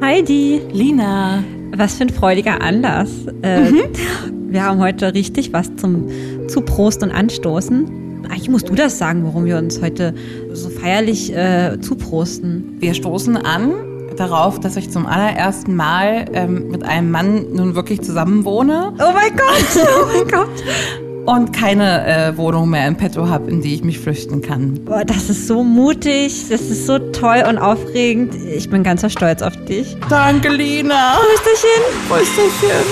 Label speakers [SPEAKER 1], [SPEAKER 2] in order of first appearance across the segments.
[SPEAKER 1] Heidi,
[SPEAKER 2] Lina.
[SPEAKER 1] was für ein freudiger Anlass. Äh, Wir haben heute richtig was zum zu Prost und Anstoßen. Eigentlich musst du das sagen, warum wir uns heute so feierlich äh, zuprosten.
[SPEAKER 2] Wir stoßen an darauf, dass ich zum allerersten Mal ähm, mit einem Mann nun wirklich zusammenwohne
[SPEAKER 1] Oh mein Gott, oh mein Gott.
[SPEAKER 2] und keine äh, Wohnung mehr im Petto habe, in die ich mich flüchten kann.
[SPEAKER 1] Boah, das ist so mutig, das ist so toll und aufregend. Ich bin ganz so stolz auf dich.
[SPEAKER 2] Danke, Lina.
[SPEAKER 1] Prösterchen.
[SPEAKER 2] Prösterchen.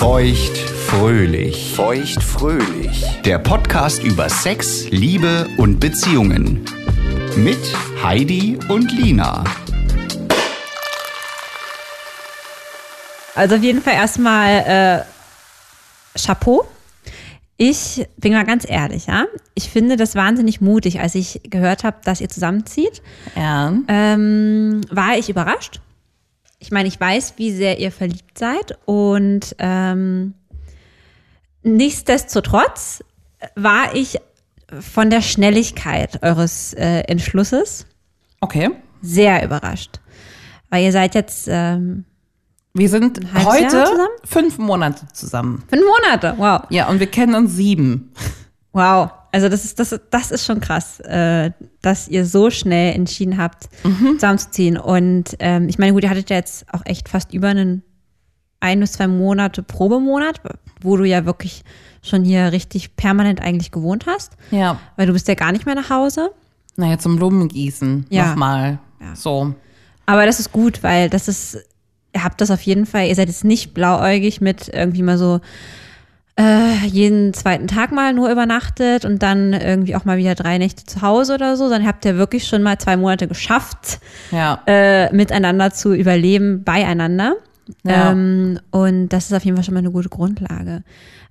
[SPEAKER 3] Feucht fröhlich.
[SPEAKER 4] Feucht fröhlich.
[SPEAKER 3] Der Podcast über Sex, Liebe und Beziehungen. Mit Heidi und Lina.
[SPEAKER 1] Also auf jeden Fall erstmal äh, Chapeau. Ich bin mal ganz ehrlich, ja. Ich finde das wahnsinnig mutig, als ich gehört habe, dass ihr zusammenzieht.
[SPEAKER 2] Ja.
[SPEAKER 1] Ähm, war ich überrascht. Ich meine, ich weiß, wie sehr ihr verliebt seid und ähm, nichtsdestotrotz war ich von der Schnelligkeit eures äh, Entschlusses
[SPEAKER 2] Okay.
[SPEAKER 1] sehr überrascht. Weil ihr seid jetzt ähm,
[SPEAKER 2] Wir sind
[SPEAKER 1] halbes
[SPEAKER 2] heute
[SPEAKER 1] Jahr zusammen?
[SPEAKER 2] fünf Monate zusammen.
[SPEAKER 1] fünf Monate, wow.
[SPEAKER 2] Ja, und wir kennen uns sieben.
[SPEAKER 1] Wow, also das ist, das, ist- das ist schon krass, äh, dass ihr so schnell entschieden habt, zusammenzuziehen. Und ähm, ich meine, gut, ihr hattet ja jetzt auch echt fast über einen ein bis zwei Monate Probemonat, wo du ja wirklich schon hier richtig permanent eigentlich gewohnt hast,
[SPEAKER 2] Ja.
[SPEAKER 1] weil du bist ja gar nicht mehr nach Hause.
[SPEAKER 2] Naja, zum Blumengießen.
[SPEAKER 1] Ja.
[SPEAKER 2] Nochmal. So.
[SPEAKER 1] Aber das ist gut, weil das ist, ihr habt das auf jeden Fall, ihr seid jetzt nicht blauäugig mit irgendwie mal so äh, jeden zweiten Tag mal nur übernachtet und dann irgendwie auch mal wieder drei Nächte zu Hause oder so, sondern habt ihr wirklich schon mal zwei Monate geschafft,
[SPEAKER 2] Ja.
[SPEAKER 1] äh, miteinander zu überleben, beieinander.
[SPEAKER 2] Ja.
[SPEAKER 1] Ähm, und das ist auf jeden Fall schon mal eine gute Grundlage.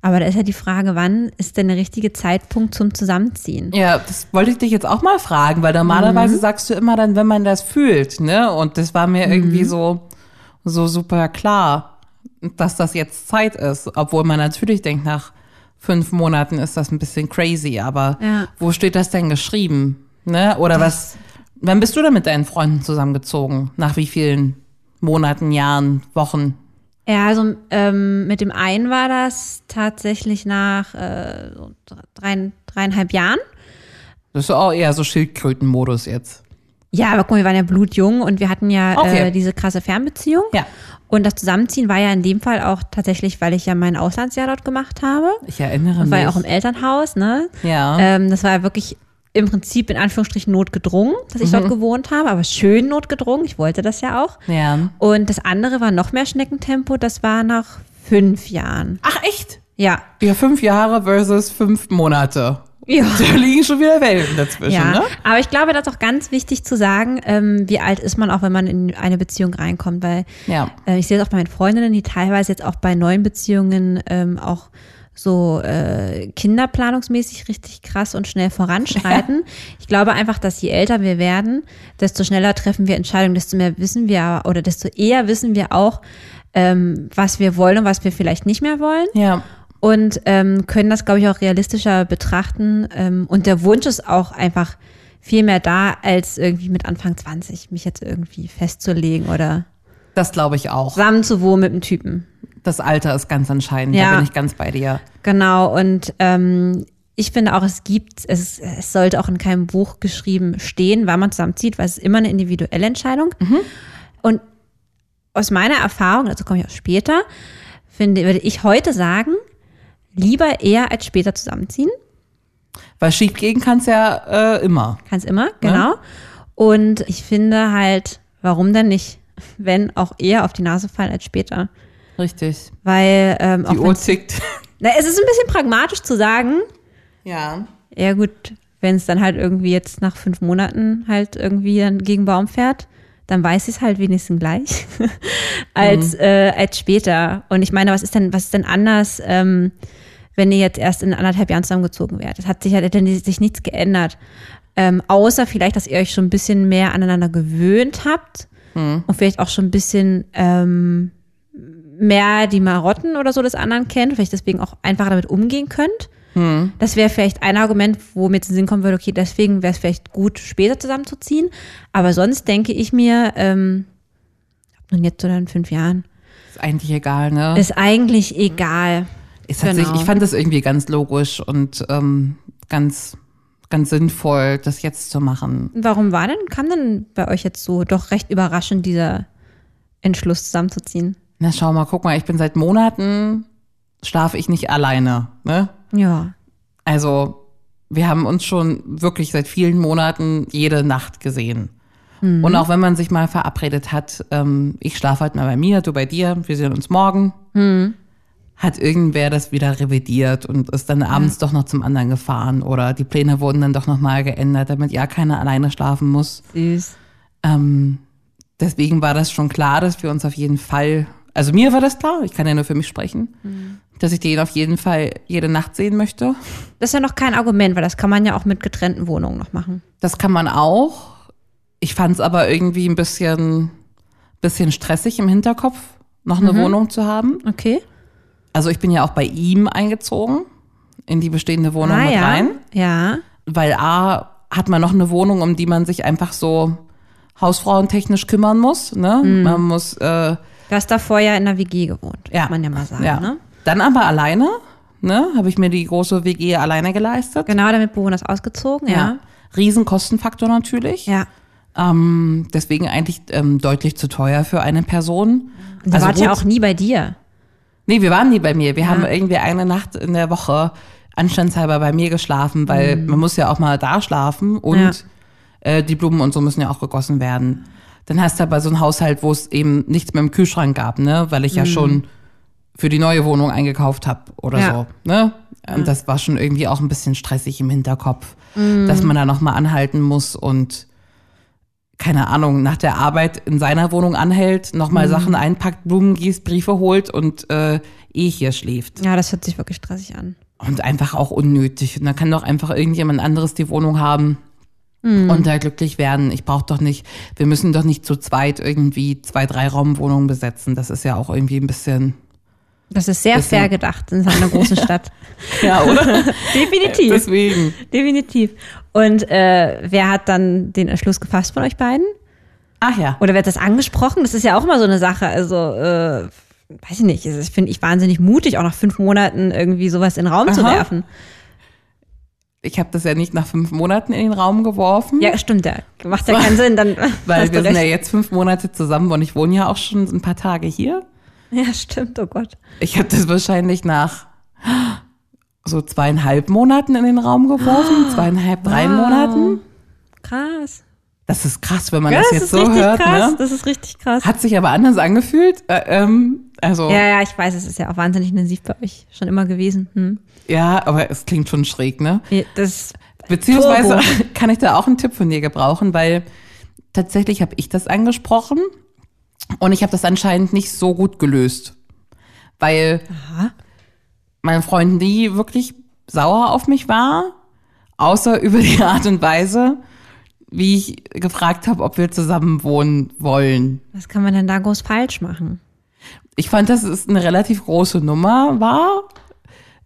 [SPEAKER 1] Aber da ist ja die Frage, wann ist denn der richtige Zeitpunkt zum Zusammenziehen?
[SPEAKER 2] Ja, das wollte ich dich jetzt auch mal fragen, weil normalerweise sagst du immer dann, wenn man das fühlt, ne? Und das war mir irgendwie so, so super klar, dass das jetzt Zeit ist. Obwohl man natürlich denkt, nach fünf Monaten ist das ein bisschen crazy, aber
[SPEAKER 1] Ja.
[SPEAKER 2] wo steht das denn geschrieben? Ne? Oder was, wann bist du denn mit deinen Freunden zusammengezogen? Nach wie vielen Monaten, Jahren, Wochen?
[SPEAKER 1] Ja, also ähm, mit dem einen war das tatsächlich nach äh, so drei, dreieinhalb Jahren.
[SPEAKER 2] Das ist auch eher so Schildkrötenmodus jetzt.
[SPEAKER 1] Ja, aber guck mal, wir waren ja blutjung und wir hatten ja
[SPEAKER 2] Okay.
[SPEAKER 1] äh, diese krasse Fernbeziehung.
[SPEAKER 2] Ja.
[SPEAKER 1] Und das Zusammenziehen war ja in dem Fall auch tatsächlich, weil ich ja mein Auslandsjahr dort gemacht habe.
[SPEAKER 2] Ich erinnere
[SPEAKER 1] Das
[SPEAKER 2] mich. Äh,
[SPEAKER 1] war ja auch im Elternhaus, ne?
[SPEAKER 2] ja.
[SPEAKER 1] Ähm, das war ja wirklich im Prinzip in Anführungsstrichen notgedrungen, dass ich dort gewohnt habe, aber schön notgedrungen. Ich wollte das ja auch.
[SPEAKER 2] Mhm. ja.
[SPEAKER 1] Und das andere war noch mehr Schneckentempo. Das war nach fünf Jahren.
[SPEAKER 2] Ach, echt?
[SPEAKER 1] Ja.
[SPEAKER 2] Ja, fünf Jahre versus fünf Monate.
[SPEAKER 1] Ja.
[SPEAKER 2] Da liegen schon wieder Welten dazwischen,
[SPEAKER 1] Ja,
[SPEAKER 2] ne?
[SPEAKER 1] aber ich glaube, das ist auch ganz wichtig zu sagen, ähm, wie alt ist man auch, wenn man in eine Beziehung reinkommt, weil
[SPEAKER 2] Ja.
[SPEAKER 1] äh, ich sehe das auch bei meinen Freundinnen, die teilweise jetzt auch bei neuen Beziehungen ähm, auch so äh, kinderplanungsmäßig richtig krass und schnell voranschreiten. Ich glaube einfach, dass je älter wir werden, desto schneller treffen wir Entscheidungen, desto mehr wissen wir oder desto eher wissen wir auch, ähm, was wir wollen und was wir vielleicht nicht mehr wollen
[SPEAKER 2] Ja.
[SPEAKER 1] und ähm, können das, glaube ich, auch realistischer betrachten. Ähm, und der Wunsch ist auch einfach viel mehr da, als irgendwie mit Anfang 20 mich jetzt irgendwie festzulegen oder
[SPEAKER 2] Das glaube ich auch.
[SPEAKER 1] zusammenzuwohnen mit einem Typen.
[SPEAKER 2] Das Alter ist ganz entscheidend.
[SPEAKER 1] Ja.
[SPEAKER 2] Da bin ich ganz bei dir.
[SPEAKER 1] Genau, und ähm, ich finde auch, es gibt, es, es sollte auch in keinem Buch geschrieben stehen, wann man zusammenzieht, weil es ist immer eine individuelle Entscheidung. Und aus meiner Erfahrung, dazu komme ich auch später, finde, würde ich heute sagen, lieber eher als später zusammenziehen.
[SPEAKER 2] Weil schief gehen kannst ja äh, immer.
[SPEAKER 1] Kannst immer, genau. Und ich finde halt, warum denn nicht? Wenn auch eher auf die Nase fallen als später.
[SPEAKER 2] Richtig.
[SPEAKER 1] Weil, ähm, auch
[SPEAKER 2] Die Uhr
[SPEAKER 1] wenn's-
[SPEAKER 2] tickt.
[SPEAKER 1] na, es ist ein bisschen pragmatisch zu sagen,
[SPEAKER 2] Ja.
[SPEAKER 1] ja gut, wenn es dann halt irgendwie jetzt nach fünf Monaten halt irgendwie dann gegen Baum fährt, dann weiß ich es halt wenigstens gleich als, äh, als später. Und ich meine, was ist denn, was ist denn anders, ähm, wenn ihr jetzt erst in anderthalb Jahren zusammengezogen wärt? Es hat sich halt hätte sich nichts geändert. Ähm, außer vielleicht, dass ihr euch schon ein bisschen mehr aneinander gewöhnt habt und vielleicht auch schon ein bisschen ähm, mehr die Marotten oder so des anderen kennt, vielleicht deswegen auch einfacher damit umgehen könnt. Das wäre vielleicht ein Argument, wo mir zu Sinn kommen würde, okay, deswegen wäre es vielleicht gut, später zusammenzuziehen. Aber sonst denke ich mir, ähm, ab Und jetzt oder in fünf Jahren.
[SPEAKER 2] Ist eigentlich egal, ne?
[SPEAKER 1] Ist eigentlich egal.
[SPEAKER 2] Es hat sich,
[SPEAKER 1] Genau.
[SPEAKER 2] ich fand das irgendwie ganz logisch und ähm, ganz, ganz sinnvoll, das jetzt zu machen.
[SPEAKER 1] Warum war denn, kam denn bei euch jetzt so doch recht überraschend dieser Entschluss zusammenzuziehen?
[SPEAKER 2] Na, schau mal, guck mal, ich bin seit Monaten, schlafe ich nicht alleine. Ne?
[SPEAKER 1] Ja.
[SPEAKER 2] Also, wir haben uns schon wirklich seit vielen Monaten jede Nacht gesehen. Und auch wenn man sich mal verabredet hat, ähm, ich schlafe halt mal bei mir, du bei dir, wir sehen uns morgen, hat irgendwer das wieder revidiert und ist dann abends doch noch zum anderen gefahren oder die Pläne wurden dann doch nochmal geändert, damit ja keiner alleine schlafen muss.
[SPEAKER 1] Süß.
[SPEAKER 2] Ähm, deswegen war das schon klar, dass wir uns auf jeden Fall, also mir war das klar, ich kann ja nur für mich sprechen, dass ich den auf jeden Fall jede Nacht sehen möchte.
[SPEAKER 1] Das ist ja noch kein Argument, weil das kann man ja auch mit getrennten Wohnungen noch machen.
[SPEAKER 2] Das kann man auch. Ich fand es aber irgendwie ein bisschen, bisschen stressig im Hinterkopf, noch
[SPEAKER 1] Mhm.
[SPEAKER 2] eine Wohnung zu haben.
[SPEAKER 1] Okay.
[SPEAKER 2] Also ich bin ja auch bei ihm eingezogen, in die bestehende Wohnung mit
[SPEAKER 1] Ah, ja.
[SPEAKER 2] rein.
[SPEAKER 1] Ja.
[SPEAKER 2] Weil A, hat man noch eine Wohnung, um die man sich einfach so hausfrauentechnisch kümmern muss. Ne?
[SPEAKER 1] Mhm.
[SPEAKER 2] Man muss äh,
[SPEAKER 1] Du hast da vorher in der WG gewohnt,
[SPEAKER 2] Ja.
[SPEAKER 1] kann man ja mal sagen.
[SPEAKER 2] Ja.
[SPEAKER 1] Ne?
[SPEAKER 2] Dann aber alleine, ne? Habe ich mir die große WG alleine geleistet.
[SPEAKER 1] Genau, damit Bewohner ist ausgezogen, ja.
[SPEAKER 2] Riesenkostenfaktor natürlich.
[SPEAKER 1] Ja.
[SPEAKER 2] Ähm, deswegen eigentlich ähm, deutlich zu teuer für eine Person. Also
[SPEAKER 1] Und sie wart ja
[SPEAKER 2] gut,
[SPEAKER 1] auch nie bei dir.
[SPEAKER 2] Nee, wir waren nie bei mir. Wir haben irgendwie eine Nacht in der Woche anstandshalber bei mir geschlafen, weil man muss ja auch mal da schlafen und
[SPEAKER 1] Mhm. Ja.
[SPEAKER 2] äh, die Blumen und so müssen ja auch gegossen werden. Dann hast du aber so einen Haushalt, wo es eben nichts mehr im Kühlschrank gab, ne? Weil
[SPEAKER 1] Mhm.
[SPEAKER 2] ich ja schon für die neue Wohnung eingekauft habe oder
[SPEAKER 1] Ja.
[SPEAKER 2] so. Ne? Und das war schon irgendwie auch ein bisschen stressig im Hinterkopf, dass man da nochmal anhalten muss und keine Ahnung, nach der Arbeit in seiner Wohnung anhält, nochmal Sachen einpackt, Blumen gießt, Briefe holt und äh, eh hier schläft.
[SPEAKER 1] Ja, das hört sich wirklich stressig an.
[SPEAKER 2] Und einfach auch unnötig. Und dann kann doch einfach irgendjemand anderes die Wohnung haben und da glücklich werden. Ich brauche doch nicht, wir müssen doch nicht zu zweit irgendwie zwei, drei Raumwohnungen besetzen. Das ist ja auch irgendwie ein bisschen.
[SPEAKER 1] Das ist sehr
[SPEAKER 2] Bisschen-
[SPEAKER 1] fair gedacht in so einer großen Stadt.
[SPEAKER 2] Ja, oder?
[SPEAKER 1] Definitiv.
[SPEAKER 2] Deswegen.
[SPEAKER 1] Definitiv. Und äh, wer hat dann den Entschluss gefasst von euch beiden?
[SPEAKER 2] Ach ja.
[SPEAKER 1] Oder wer hat das angesprochen? Das ist ja auch immer so eine Sache. Also, äh, weiß ich nicht. Das finde ich wahnsinnig mutig, auch nach fünf Monaten irgendwie sowas in den Raum zu
[SPEAKER 2] Aha.
[SPEAKER 1] werfen.
[SPEAKER 2] Ich habe das ja nicht nach fünf Monaten in den Raum geworfen.
[SPEAKER 1] Ja, stimmt ja. Macht ja keinen Sinn. Dann
[SPEAKER 2] Weil
[SPEAKER 1] hast
[SPEAKER 2] wir
[SPEAKER 1] du
[SPEAKER 2] sind ja
[SPEAKER 1] recht.
[SPEAKER 2] jetzt fünf Monate zusammen und ich wohne ja auch schon ein paar Tage hier.
[SPEAKER 1] ja, stimmt, oh Gott.
[SPEAKER 2] Ich habe das wahrscheinlich nach so zweieinhalb Monaten in den Raum geworfen, zweieinhalb, drei
[SPEAKER 1] Ah, Wow.
[SPEAKER 2] Monaten.
[SPEAKER 1] Krass.
[SPEAKER 2] Das ist krass, wenn man
[SPEAKER 1] Ja,
[SPEAKER 2] das
[SPEAKER 1] das
[SPEAKER 2] jetzt
[SPEAKER 1] ist
[SPEAKER 2] so
[SPEAKER 1] richtig
[SPEAKER 2] hört.
[SPEAKER 1] krass.
[SPEAKER 2] Ne?
[SPEAKER 1] Das ist richtig krass.
[SPEAKER 2] Hat sich aber anders angefühlt. Äh, ähm, also
[SPEAKER 1] Ja,
[SPEAKER 2] ja.
[SPEAKER 1] ja, ich weiß, es ist ja auch wahnsinnig intensiv bei euch schon immer gewesen. Hm.
[SPEAKER 2] aber es klingt schon schräg, ne?
[SPEAKER 1] Das,
[SPEAKER 2] Beziehungsweise
[SPEAKER 1] Turbo.
[SPEAKER 2] kann ich da auch einen Tipp von dir gebrauchen, weil tatsächlich habe ich das angesprochen und ich habe das anscheinend nicht so gut gelöst. Weil mein Freund nie wirklich sauer auf mich war, außer über die Art und Weise, wie ich gefragt habe, ob wir zusammen wohnen wollen.
[SPEAKER 1] was kann man denn da groß falsch machen?
[SPEAKER 2] Ich fand, dass es eine relativ große Nummer war.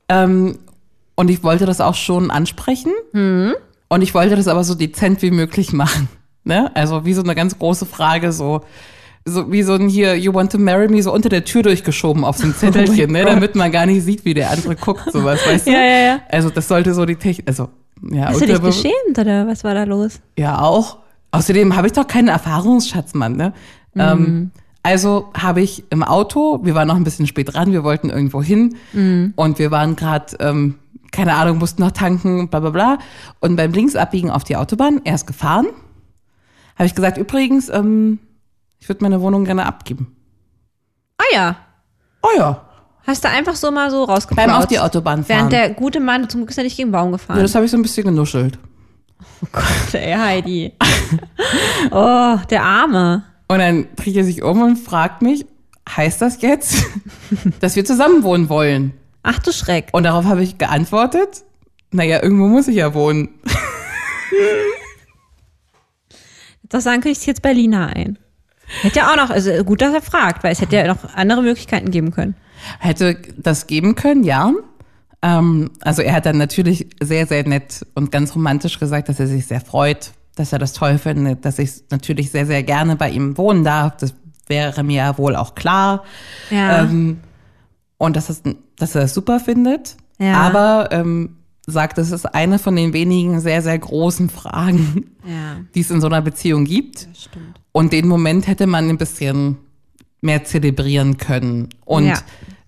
[SPEAKER 2] Ähm, und ich wollte das auch schon ansprechen.
[SPEAKER 1] Mhm.
[SPEAKER 2] Und ich wollte das aber so dezent wie möglich machen. Ne? Also wie so eine ganz große Frage, so, so wie so ein hier, you want to marry me, so unter der Tür durchgeschoben auf so
[SPEAKER 1] Oh
[SPEAKER 2] ein Zettelchen, ne? damit man gar nicht sieht, wie der andere guckt, sowas, weißt du?
[SPEAKER 1] Ja, ja, ja.
[SPEAKER 2] Also das sollte so die Technik, also ja,
[SPEAKER 1] Hast du dich
[SPEAKER 2] unterbe-
[SPEAKER 1] geschämt oder was war da los?
[SPEAKER 2] ja, auch. Außerdem habe ich doch keinen Erfahrungsschatz, Mann. Ne? Ähm, also habe ich im Auto, wir waren noch ein bisschen spät dran, wir wollten irgendwo hin und wir waren gerade, ähm, keine Ahnung, mussten noch tanken, bla bla bla. Und beim Linksabbiegen auf die Autobahn, er ist gefahren, habe ich gesagt, übrigens, ähm, ich würde meine Wohnung gerne abgeben.
[SPEAKER 1] Ah ja,
[SPEAKER 2] Oh ja,
[SPEAKER 1] hast du einfach so mal so rausgekommen.
[SPEAKER 2] beim auf die Autobahn fahren.
[SPEAKER 1] Während der gute Mann, zum Glück ist er nicht gegen den Baum
[SPEAKER 2] ja,
[SPEAKER 1] gefahren.
[SPEAKER 2] das habe ich so ein bisschen genuschelt.
[SPEAKER 1] Oh Gott, ey, Heidi. oh, der Arme.
[SPEAKER 2] Und dann dreht er sich um und fragt mich, heißt das jetzt, dass wir zusammen wohnen wollen?
[SPEAKER 1] Ach du Schreck.
[SPEAKER 2] Und darauf habe ich geantwortet, naja, irgendwo muss ich ja wohnen.
[SPEAKER 1] Das sagen könnte ich jetzt Berliner ein. Hätte ja auch noch, also gut, dass er fragt, weil es hätte ja noch andere Möglichkeiten geben können.
[SPEAKER 2] Hätte das geben können, ja. Ähm, also er hat dann natürlich sehr, sehr nett und ganz romantisch gesagt, dass er sich sehr freut, dass er das toll findet, dass ich natürlich sehr, sehr gerne bei ihm wohnen darf. Das wäre mir ja wohl auch klar.
[SPEAKER 1] Ja.
[SPEAKER 2] Ähm, und dass, es, dass er es super findet.
[SPEAKER 1] Ja.
[SPEAKER 2] Aber ähm, sagt, es ist eine von den wenigen sehr, sehr großen Fragen,
[SPEAKER 1] ja.
[SPEAKER 2] die es in so einer Beziehung gibt.
[SPEAKER 1] Stimmt.
[SPEAKER 2] Und den Moment hätte man ein bisschen mehr zelebrieren können. Und
[SPEAKER 1] Ja,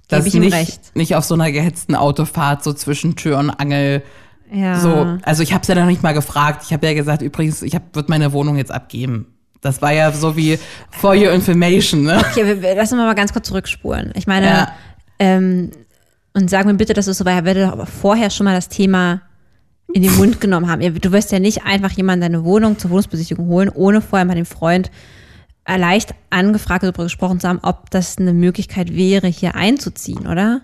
[SPEAKER 2] das
[SPEAKER 1] ich ihm
[SPEAKER 2] nicht,
[SPEAKER 1] recht.
[SPEAKER 2] nicht auf so einer gehetzten Autofahrt, so zwischen Tür und Angel.
[SPEAKER 1] Ja.
[SPEAKER 2] So, also ich habe es ja noch nicht mal gefragt. Ich habe ja gesagt, übrigens, ich hab, wird meine Wohnung jetzt abgeben. Das war ja so wie for your information, ne?
[SPEAKER 1] Okay, wir, wir, lassen wir mal ganz kurz zurückspulen. Ich meine,
[SPEAKER 2] Ja.
[SPEAKER 1] ähm, und sag mir bitte, dass du es so war, werde doch aber vorher schon mal das Thema in den Mund genommen haben. Ihr- Du wirst ja nicht einfach jemanden deine Wohnung zur Wohnungsbesichtigung holen, ohne vorher mal den Freund äh, leicht angefragt darüber gesprochen zu haben, ob das eine Möglichkeit wäre, hier einzuziehen, oder?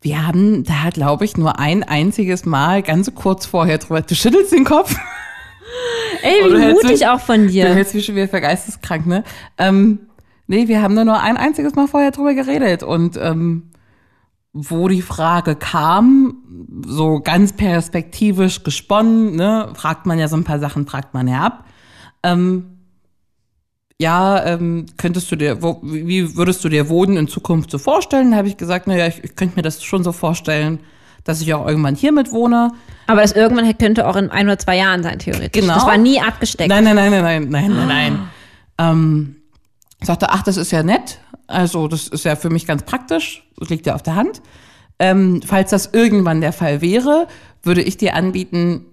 [SPEAKER 2] Wir haben da, glaube ich, nur ein einziges Mal ganz kurz vorher drüber. Du schüttelst den Kopf.
[SPEAKER 1] Ey,
[SPEAKER 2] Oder
[SPEAKER 1] wie
[SPEAKER 2] hättest
[SPEAKER 1] mutig
[SPEAKER 2] du-
[SPEAKER 1] auch von
[SPEAKER 2] Du
[SPEAKER 1] dir.
[SPEAKER 2] hältst mich schon wieder für geisteskrank, ne? Ähm, nee, wir haben da nur ein einziges Mal vorher drüber geredet. Und ähm, wo die Frage kam, so ganz perspektivisch gesponnen, ne, fragt man ja so ein paar Sachen, fragt man ja ab. Ähm, ja, ähm, könntest du dir, wo, wie würdest du dir Wohnen in Zukunft so vorstellen? Da habe ich gesagt, naja, ich, ich könnte mir das schon so vorstellen, dass ich auch irgendwann hier mit wohne.
[SPEAKER 1] Aber das irgendwann könnte auch in ein oder zwei Jahren sein, theoretisch.
[SPEAKER 2] Genau.
[SPEAKER 1] Das war nie abgesteckt.
[SPEAKER 2] Nein, nein, nein, nein, nein, nein, nein, nein.
[SPEAKER 1] Ah.
[SPEAKER 2] Ähm, ich sagte, ach, das ist ja nett. Also, das ist ja für mich ganz praktisch. Das liegt ja auf der Hand. Ähm, falls das irgendwann der Fall wäre, würde ich dir anbieten,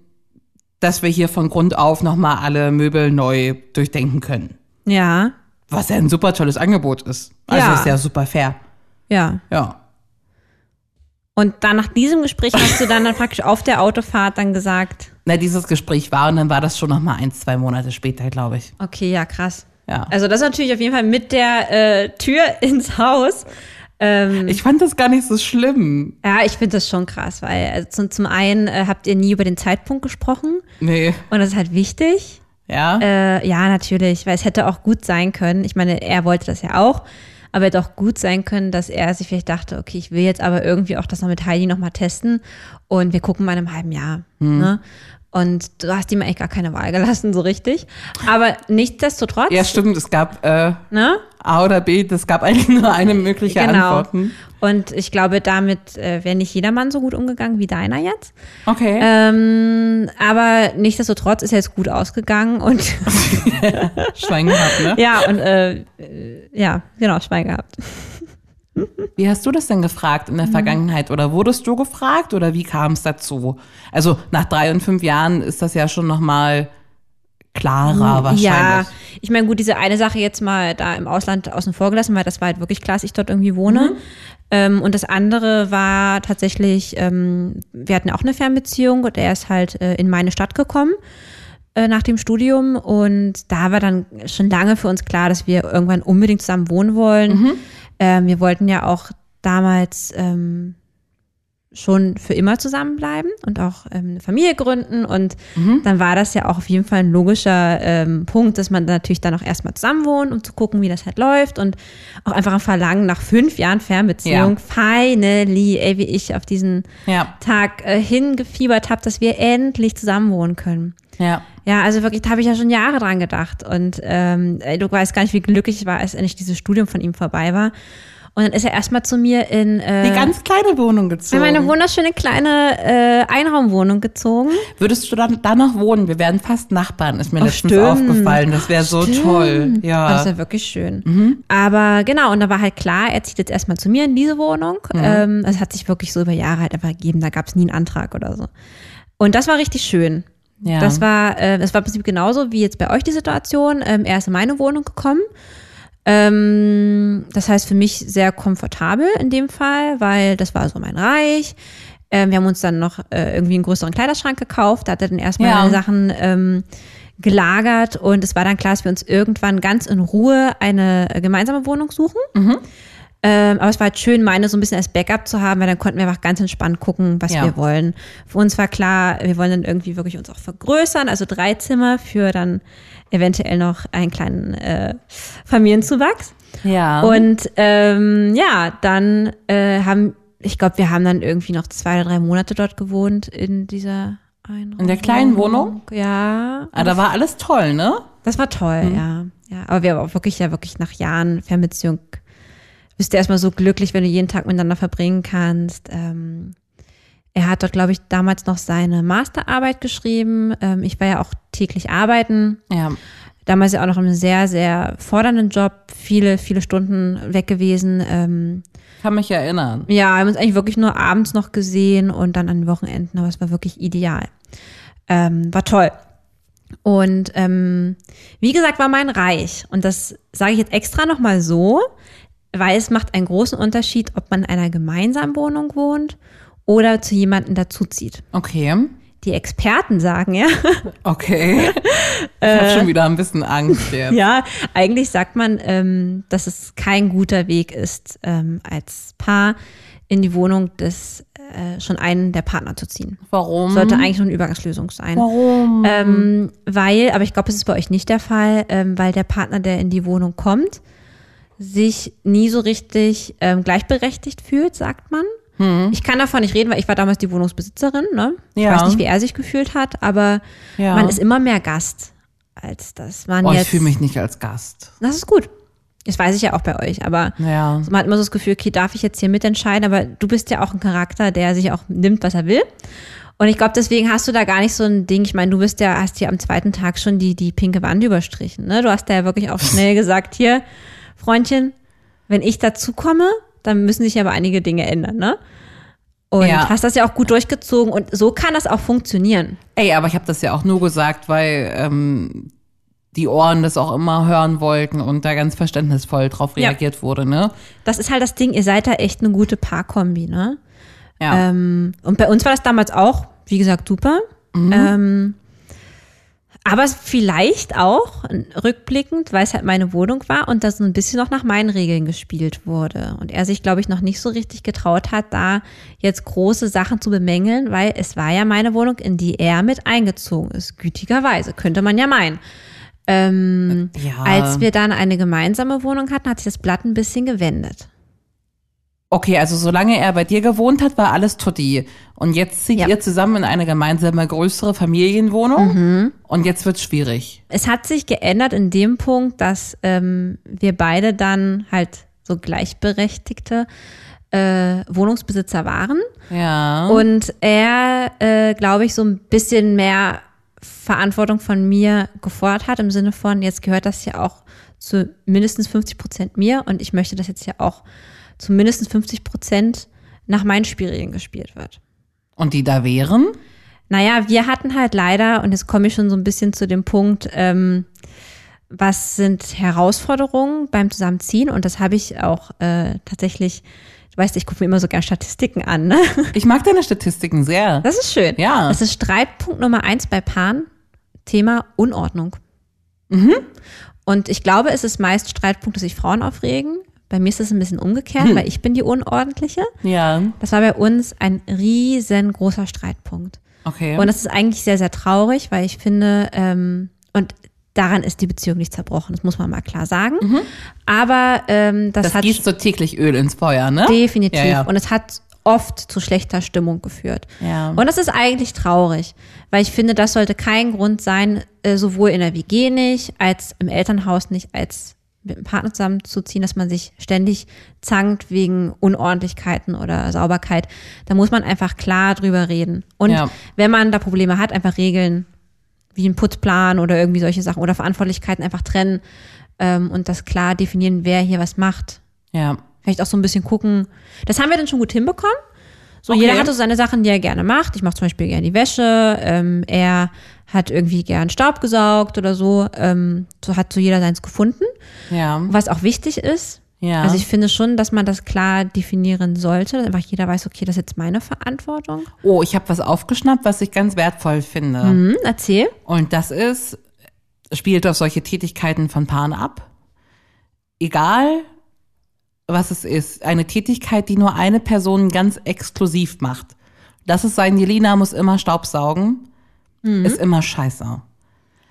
[SPEAKER 2] dass wir hier von Grund auf nochmal alle Möbel neu durchdenken können.
[SPEAKER 1] Ja,
[SPEAKER 2] Was ja ein super tolles Angebot ist. Also,
[SPEAKER 1] Ja.
[SPEAKER 2] ist ja super fair.
[SPEAKER 1] ja.
[SPEAKER 2] Ja.
[SPEAKER 1] Und dann nach diesem Gespräch hast du dann, dann praktisch auf der Autofahrt dann gesagt,
[SPEAKER 2] Na, dieses Gespräch war und dann war das schon nochmal ein, zwei Monate später, glaube ich.
[SPEAKER 1] okay, ja, krass.
[SPEAKER 2] Ja.
[SPEAKER 1] Also das ist natürlich auf jeden Fall mit der äh, Tür ins Haus. Ähm,
[SPEAKER 2] Ich fand das gar nicht so schlimm.
[SPEAKER 1] ja, ich finde das schon krass, weil also zum, zum einen äh, habt ihr nie über den Zeitpunkt gesprochen
[SPEAKER 2] Nee.
[SPEAKER 1] und das ist halt wichtig.
[SPEAKER 2] Ja.
[SPEAKER 1] Äh, ja, natürlich, weil es hätte auch gut sein können. Ich meine, er wollte das ja auch, aber hätte auch gut sein können, dass er sich vielleicht dachte, okay, ich will jetzt aber irgendwie auch das noch mit Heidi nochmal testen und wir gucken mal in einem halben Jahr.
[SPEAKER 2] Hm.
[SPEAKER 1] Ne? Und du hast ihm eigentlich gar keine Wahl gelassen, so richtig. Aber nichtsdestotrotz,
[SPEAKER 2] ja, stimmt. Es gab. Äh,
[SPEAKER 1] ne?
[SPEAKER 2] A oder B, das gab eigentlich nur eine mögliche Antwort. Hm?
[SPEAKER 1] Genau. Und ich glaube, damit äh, wäre nicht jedermann so gut umgegangen wie deiner jetzt.
[SPEAKER 2] Okay.
[SPEAKER 1] Äh. Ähm, aber nichtsdestotrotz ist er jetzt gut ausgegangen und
[SPEAKER 2] Schwein gehabt, ne?
[SPEAKER 1] ja, und äh, äh, ja, genau, Schwein gehabt.
[SPEAKER 2] Wie hast du das denn gefragt in
[SPEAKER 1] Mhm.
[SPEAKER 2] der Vergangenheit? Oder wurdest du gefragt? Oder wie kam es dazu? Also nach drei und fünf Jahren ist das ja schon nochmal klarer wahrscheinlich.
[SPEAKER 1] Ja, ich meine, gut, diese eine Sache jetzt mal da im Ausland außen vor gelassen, weil das war halt wirklich klar, dass ich dort irgendwie wohne. Ähm, und das andere war tatsächlich, ähm, wir hatten auch eine Fernbeziehung und er ist halt äh, in meine Stadt gekommen äh, nach dem Studium und da war dann schon lange für uns klar, dass wir irgendwann unbedingt zusammen wohnen wollen. Ähm, wir wollten ja auch damals ähm, schon für immer zusammenbleiben und auch ähm, eine Familie gründen. Und dann war das ja auch auf jeden Fall ein logischer ähm, Punkt, dass man dann natürlich dann auch erstmal zusammen wohnt, um zu gucken, wie das halt läuft. Und auch einfach ein Verlangen nach fünf Jahren Fernbeziehung, finally, ey, wie ich auf diesen
[SPEAKER 2] Ja,
[SPEAKER 1] Tag äh, hingefiebert habe, dass wir endlich zusammen wohnen können.
[SPEAKER 2] ja.
[SPEAKER 1] Ja, also wirklich, da habe ich ja schon Jahre dran gedacht. Und ähm, ey, du weißt gar nicht, wie glücklich ich war, als endlich dieses Studium von ihm vorbei war. Und dann ist er erstmal zu mir in äh,
[SPEAKER 2] Die ganz kleine Wohnung
[SPEAKER 1] in
[SPEAKER 2] gezogen.
[SPEAKER 1] meine wunderschöne kleine äh, Einraumwohnung gezogen.
[SPEAKER 2] Würdest du dann da noch wohnen? Wir wären fast Nachbarn, ist mir
[SPEAKER 1] stimmt.
[SPEAKER 2] letztens
[SPEAKER 1] Also,
[SPEAKER 2] aufgefallen. Das wäre so toll.
[SPEAKER 1] Aber Das
[SPEAKER 2] Ja. Mhm.
[SPEAKER 1] war wirklich schön. Aber genau, und da war halt klar, er zieht jetzt erstmal zu mir in diese Wohnung.
[SPEAKER 2] Mhm.
[SPEAKER 1] Ähm, das hat sich wirklich so über Jahre halt einfach gegeben. Da gab es nie einen Antrag oder so. Und das war richtig schön.
[SPEAKER 2] ja.
[SPEAKER 1] Das war, äh, das war im Prinzip genauso wie jetzt bei euch die Situation. Ähm, er ist in meine Wohnung gekommen. Ähm, das heißt für mich sehr komfortabel in dem Fall, weil das war so mein Reich. Ähm, wir haben uns dann noch äh, irgendwie einen größeren Kleiderschrank gekauft. Da hat er dann erstmal
[SPEAKER 2] Ja.
[SPEAKER 1] alle Sachen ähm, gelagert und es war dann klar, dass wir uns irgendwann ganz in Ruhe eine äh, gemeinsame Wohnung suchen. Ähm, aber es war halt schön, meine so ein bisschen als Backup zu haben, weil dann konnten wir einfach ganz entspannt gucken, was
[SPEAKER 2] Ja.
[SPEAKER 1] wir wollen. Für uns war klar, wir wollen dann irgendwie wirklich uns auch vergrößern, also drei Zimmer für dann eventuell noch einen kleinen äh, Familienzuwachs.
[SPEAKER 2] ja.
[SPEAKER 1] Und ähm, ja, dann äh, haben, ich glaube, wir haben dann irgendwie noch zwei oder drei Monate dort gewohnt in dieser Einrichtung.
[SPEAKER 2] In der kleinen Wohnung?
[SPEAKER 1] Ja.
[SPEAKER 2] ah, da war alles toll, ne?
[SPEAKER 1] Das war toll, ja. Ja, aber wir haben auch wirklich, ja, wirklich nach Jahren Fernbeziehung bist du erstmal so glücklich, wenn du jeden Tag miteinander verbringen kannst. Ähm, er hat dort, glaube ich, damals noch seine Masterarbeit geschrieben. Ähm, ich war ja auch täglich arbeiten.
[SPEAKER 2] Ja.
[SPEAKER 1] Damals ja auch noch in einem sehr, sehr fordernden Job, viele, viele Stunden weg gewesen. Ähm,
[SPEAKER 2] Kann mich erinnern.
[SPEAKER 1] ja, wir haben uns eigentlich wirklich nur abends noch gesehen und dann an den Wochenenden, aber es war wirklich ideal. Ähm, war toll. Und ähm, wie gesagt, war mein Reich. Und das sage ich jetzt extra nochmal so, weil es macht einen großen Unterschied, ob man in einer gemeinsamen Wohnung wohnt oder zu jemandem dazuzieht.
[SPEAKER 2] Okay.
[SPEAKER 1] Die Experten sagen ja,
[SPEAKER 2] Okay. Ich habe schon wieder ein bisschen Angst jetzt.
[SPEAKER 1] Äh, ja, eigentlich sagt man, ähm, dass es kein guter Weg ist, ähm, als Paar in die Wohnung des äh, schon einen der Partner zu ziehen.
[SPEAKER 2] Warum?
[SPEAKER 1] Sollte eigentlich nur eine Übergangslösung sein.
[SPEAKER 2] Mhm. Warum?
[SPEAKER 1] Ähm, weil, aber ich glaube, es ist bei euch nicht der Fall, ähm, weil der Partner, der in die Wohnung kommt, sich nie so richtig ähm, gleichberechtigt fühlt, sagt man. Ich kann davon nicht reden, weil ich war damals die Wohnungsbesitzerin. Ne? Ich
[SPEAKER 2] Mhm. Ja.
[SPEAKER 1] weiß nicht, wie er sich gefühlt hat, aber
[SPEAKER 2] Ja.
[SPEAKER 1] man ist immer mehr Gast als das. Man
[SPEAKER 2] oh,
[SPEAKER 1] jetzt,
[SPEAKER 2] ich fühle mich nicht als Gast.
[SPEAKER 1] Das ist gut. Das weiß ich ja auch bei euch, aber
[SPEAKER 2] Ja.
[SPEAKER 1] Also man hat immer so das Gefühl, okay, darf ich jetzt hier mitentscheiden? Aber du bist ja auch ein Charakter, der sich auch nimmt, was er will. Und ich glaube, deswegen hast du da gar nicht so ein Ding. Ich meine, du bist ja, hast hier am zweiten Tag schon die, die pinke Wand überstrichen. Ne? Du hast da ja wirklich auch schnell gesagt, hier, Freundchen, wenn ich dazu komme, dann müssen sich aber einige Dinge ändern, ne? Und
[SPEAKER 2] Ja.
[SPEAKER 1] hast das ja auch gut durchgezogen und so kann das auch funktionieren.
[SPEAKER 2] Ey, aber ich habe das ja auch nur gesagt, weil ähm, die Ohren das auch immer hören wollten und da ganz verständnisvoll drauf
[SPEAKER 1] Ja.
[SPEAKER 2] reagiert wurde, ne?
[SPEAKER 1] Das ist halt das Ding, ihr seid da echt eine gute Paarkombi, ne?
[SPEAKER 2] Ja.
[SPEAKER 1] Ähm, und bei uns war das damals auch, wie gesagt, super. Ähm, aber es vielleicht auch n- rückblickend, weil es halt meine Wohnung war und das ein bisschen noch nach meinen Regeln gespielt wurde. Und er sich, glaube ich, noch nicht so richtig getraut hat, da jetzt große Sachen zu bemängeln, weil es war ja meine Wohnung, in die er mit eingezogen ist. Gütigerweise, könnte man ja meinen. Ähm,
[SPEAKER 2] ja.
[SPEAKER 1] Als wir dann eine gemeinsame Wohnung hatten, hat sich das Blatt ein bisschen gewendet.
[SPEAKER 2] okay, also solange er bei dir gewohnt hat, war alles tutti. Und jetzt zieht
[SPEAKER 1] Ja.
[SPEAKER 2] ihr zusammen in eine gemeinsame größere Familienwohnung
[SPEAKER 1] Mhm.
[SPEAKER 2] und jetzt wird's schwierig.
[SPEAKER 1] Es hat sich geändert in dem Punkt, dass ähm, wir beide dann halt so gleichberechtigte äh, Wohnungsbesitzer waren
[SPEAKER 2] Ja.
[SPEAKER 1] und er, äh, glaube ich, so ein bisschen mehr Verantwortung von mir gefordert hat im Sinne von, jetzt gehört das ja auch zu mindestens 50 Prozent mir und ich möchte, dass jetzt ja auch zu mindestens 50 Prozent nach meinen Spielregeln gespielt wird.
[SPEAKER 2] Und die da wären?
[SPEAKER 1] Naja, wir hatten halt leider, und jetzt komme ich schon so ein bisschen zu dem Punkt, ähm, was sind Herausforderungen beim Zusammenziehen? Und das habe ich auch äh, tatsächlich, du weißt, ich gucke mir immer so gerne Statistiken an. Ne?
[SPEAKER 2] Ich mag deine Statistiken sehr.
[SPEAKER 1] Das ist schön.
[SPEAKER 2] Ja.
[SPEAKER 1] Das ist Streitpunkt Nummer eins bei Paaren, Thema Unordnung. Und ich glaube, es ist meist Streitpunkt, dass sich Frauen aufregen. Bei mir ist es ein bisschen umgekehrt, weil ich bin die Unordentliche.
[SPEAKER 2] Ja.
[SPEAKER 1] Das war bei uns ein riesengroßer Streitpunkt.
[SPEAKER 2] Okay.
[SPEAKER 1] Und das ist eigentlich sehr, sehr traurig, weil ich finde, ähm, und daran ist die Beziehung nicht zerbrochen, das muss man mal klar sagen. Aber ähm, das,
[SPEAKER 2] das
[SPEAKER 1] hat
[SPEAKER 2] gießt so täglich Öl ins Feuer, ne?
[SPEAKER 1] definitiv
[SPEAKER 2] Ja, ja.
[SPEAKER 1] und es hat oft zu schlechter Stimmung geführt.
[SPEAKER 2] Ja.
[SPEAKER 1] Und das ist eigentlich traurig, weil ich finde, das sollte kein Grund sein, äh, sowohl in der WG nicht, als im Elternhaus nicht, als mit einem Partner zusammenzuziehen, dass man sich ständig zankt wegen Unordentlichkeiten oder Sauberkeit. Da muss man einfach klar drüber reden. Und
[SPEAKER 2] Ja.
[SPEAKER 1] wenn man da Probleme hat, einfach Regeln wie einen Putzplan oder irgendwie solche Sachen oder Verantwortlichkeiten einfach trennen ähm, und das klar definieren, wer hier was macht.
[SPEAKER 2] ja.
[SPEAKER 1] Vielleicht auch so ein bisschen gucken. Das haben wir dann schon gut hinbekommen. So,
[SPEAKER 2] Okay.
[SPEAKER 1] jeder hat so seine Sachen, die er gerne macht. Ich mache zum Beispiel gerne die Wäsche. Ähm, er hat irgendwie gern Staub gesaugt oder so. Ähm, so hat so jeder seins gefunden.
[SPEAKER 2] Ja.
[SPEAKER 1] Was auch wichtig ist.
[SPEAKER 2] Ja.
[SPEAKER 1] Also ich finde schon, dass man das klar definieren sollte, dass einfach jeder weiß, okay, das ist jetzt meine Verantwortung.
[SPEAKER 2] Oh, ich habe was aufgeschnappt, was ich ganz wertvoll finde.
[SPEAKER 1] Hm, erzähl.
[SPEAKER 2] Und das ist, spielt auf solche Tätigkeiten von Paaren ab. Egal, was es ist. Eine Tätigkeit, die nur eine Person ganz exklusiv macht. Das ist sein, Jelena muss immer Staubsaugen,
[SPEAKER 1] Mhm.
[SPEAKER 2] ist immer scheiße.